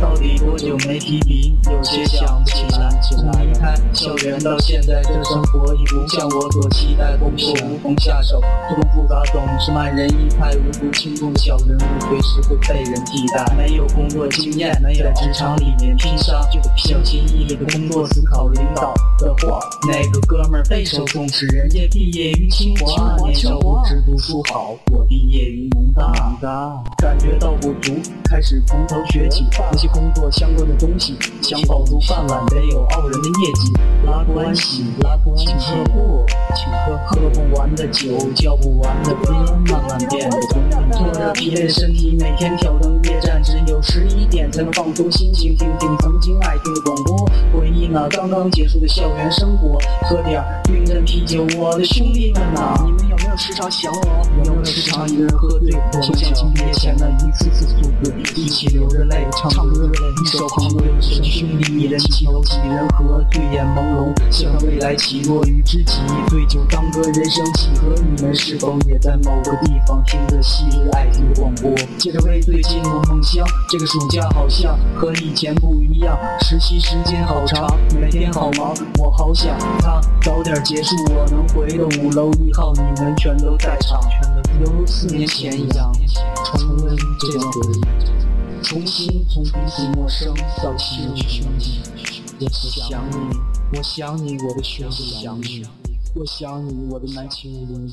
Speaker 10: 到底多久没提笔？有些想不起来。从离开校园到现在，这生活已不像我所期待。工作无从下手，做工不咋懂，是慢人一派，无足轻重小人物，随时会被人替代。没有工作经验，在职场里面拼杀，就小心翼翼的工作，思考领导的话。那个哥们儿备受重视，人家毕业于清华，年少无知读书好，我毕业于农大。感觉到不足，开始从头学起，学习工作相关的东西，想保住饭碗得有傲人的业绩。拉关系，拉关系，请喝不，请喝喝不完的酒，叫不完的歌，慢慢变得滚滚。拖着疲累身体，每天挑灯夜战，只有十一点才能放松心情，听听曾经爱听的广播，回忆那刚刚结束的校园生活，喝点儿冰镇啤酒，我的兄弟们呐、你们有没有时常想我？有没有时常一个人喝醉，我们像情节前的一次次宿醉，一起流着泪唱着歌，一首朋友的神兄弟，一人情有几人和，醉眼朦胧，想未来起落与知己，醉酒当歌，人生几何？你们是否也在某个地方听着昔日爱情的广播？借着微醉进入梦乡，这个暑假好像和以前不一样，实习时间好长，每天好忙，我好想他早点结束，我能回到五楼一号，你们全都在场，犹如四年前一样，重温这段回忆。重新从彼此陌生到亲密相依。我想你，我想你，我的兄弟想你，我想你，我的男情无伦。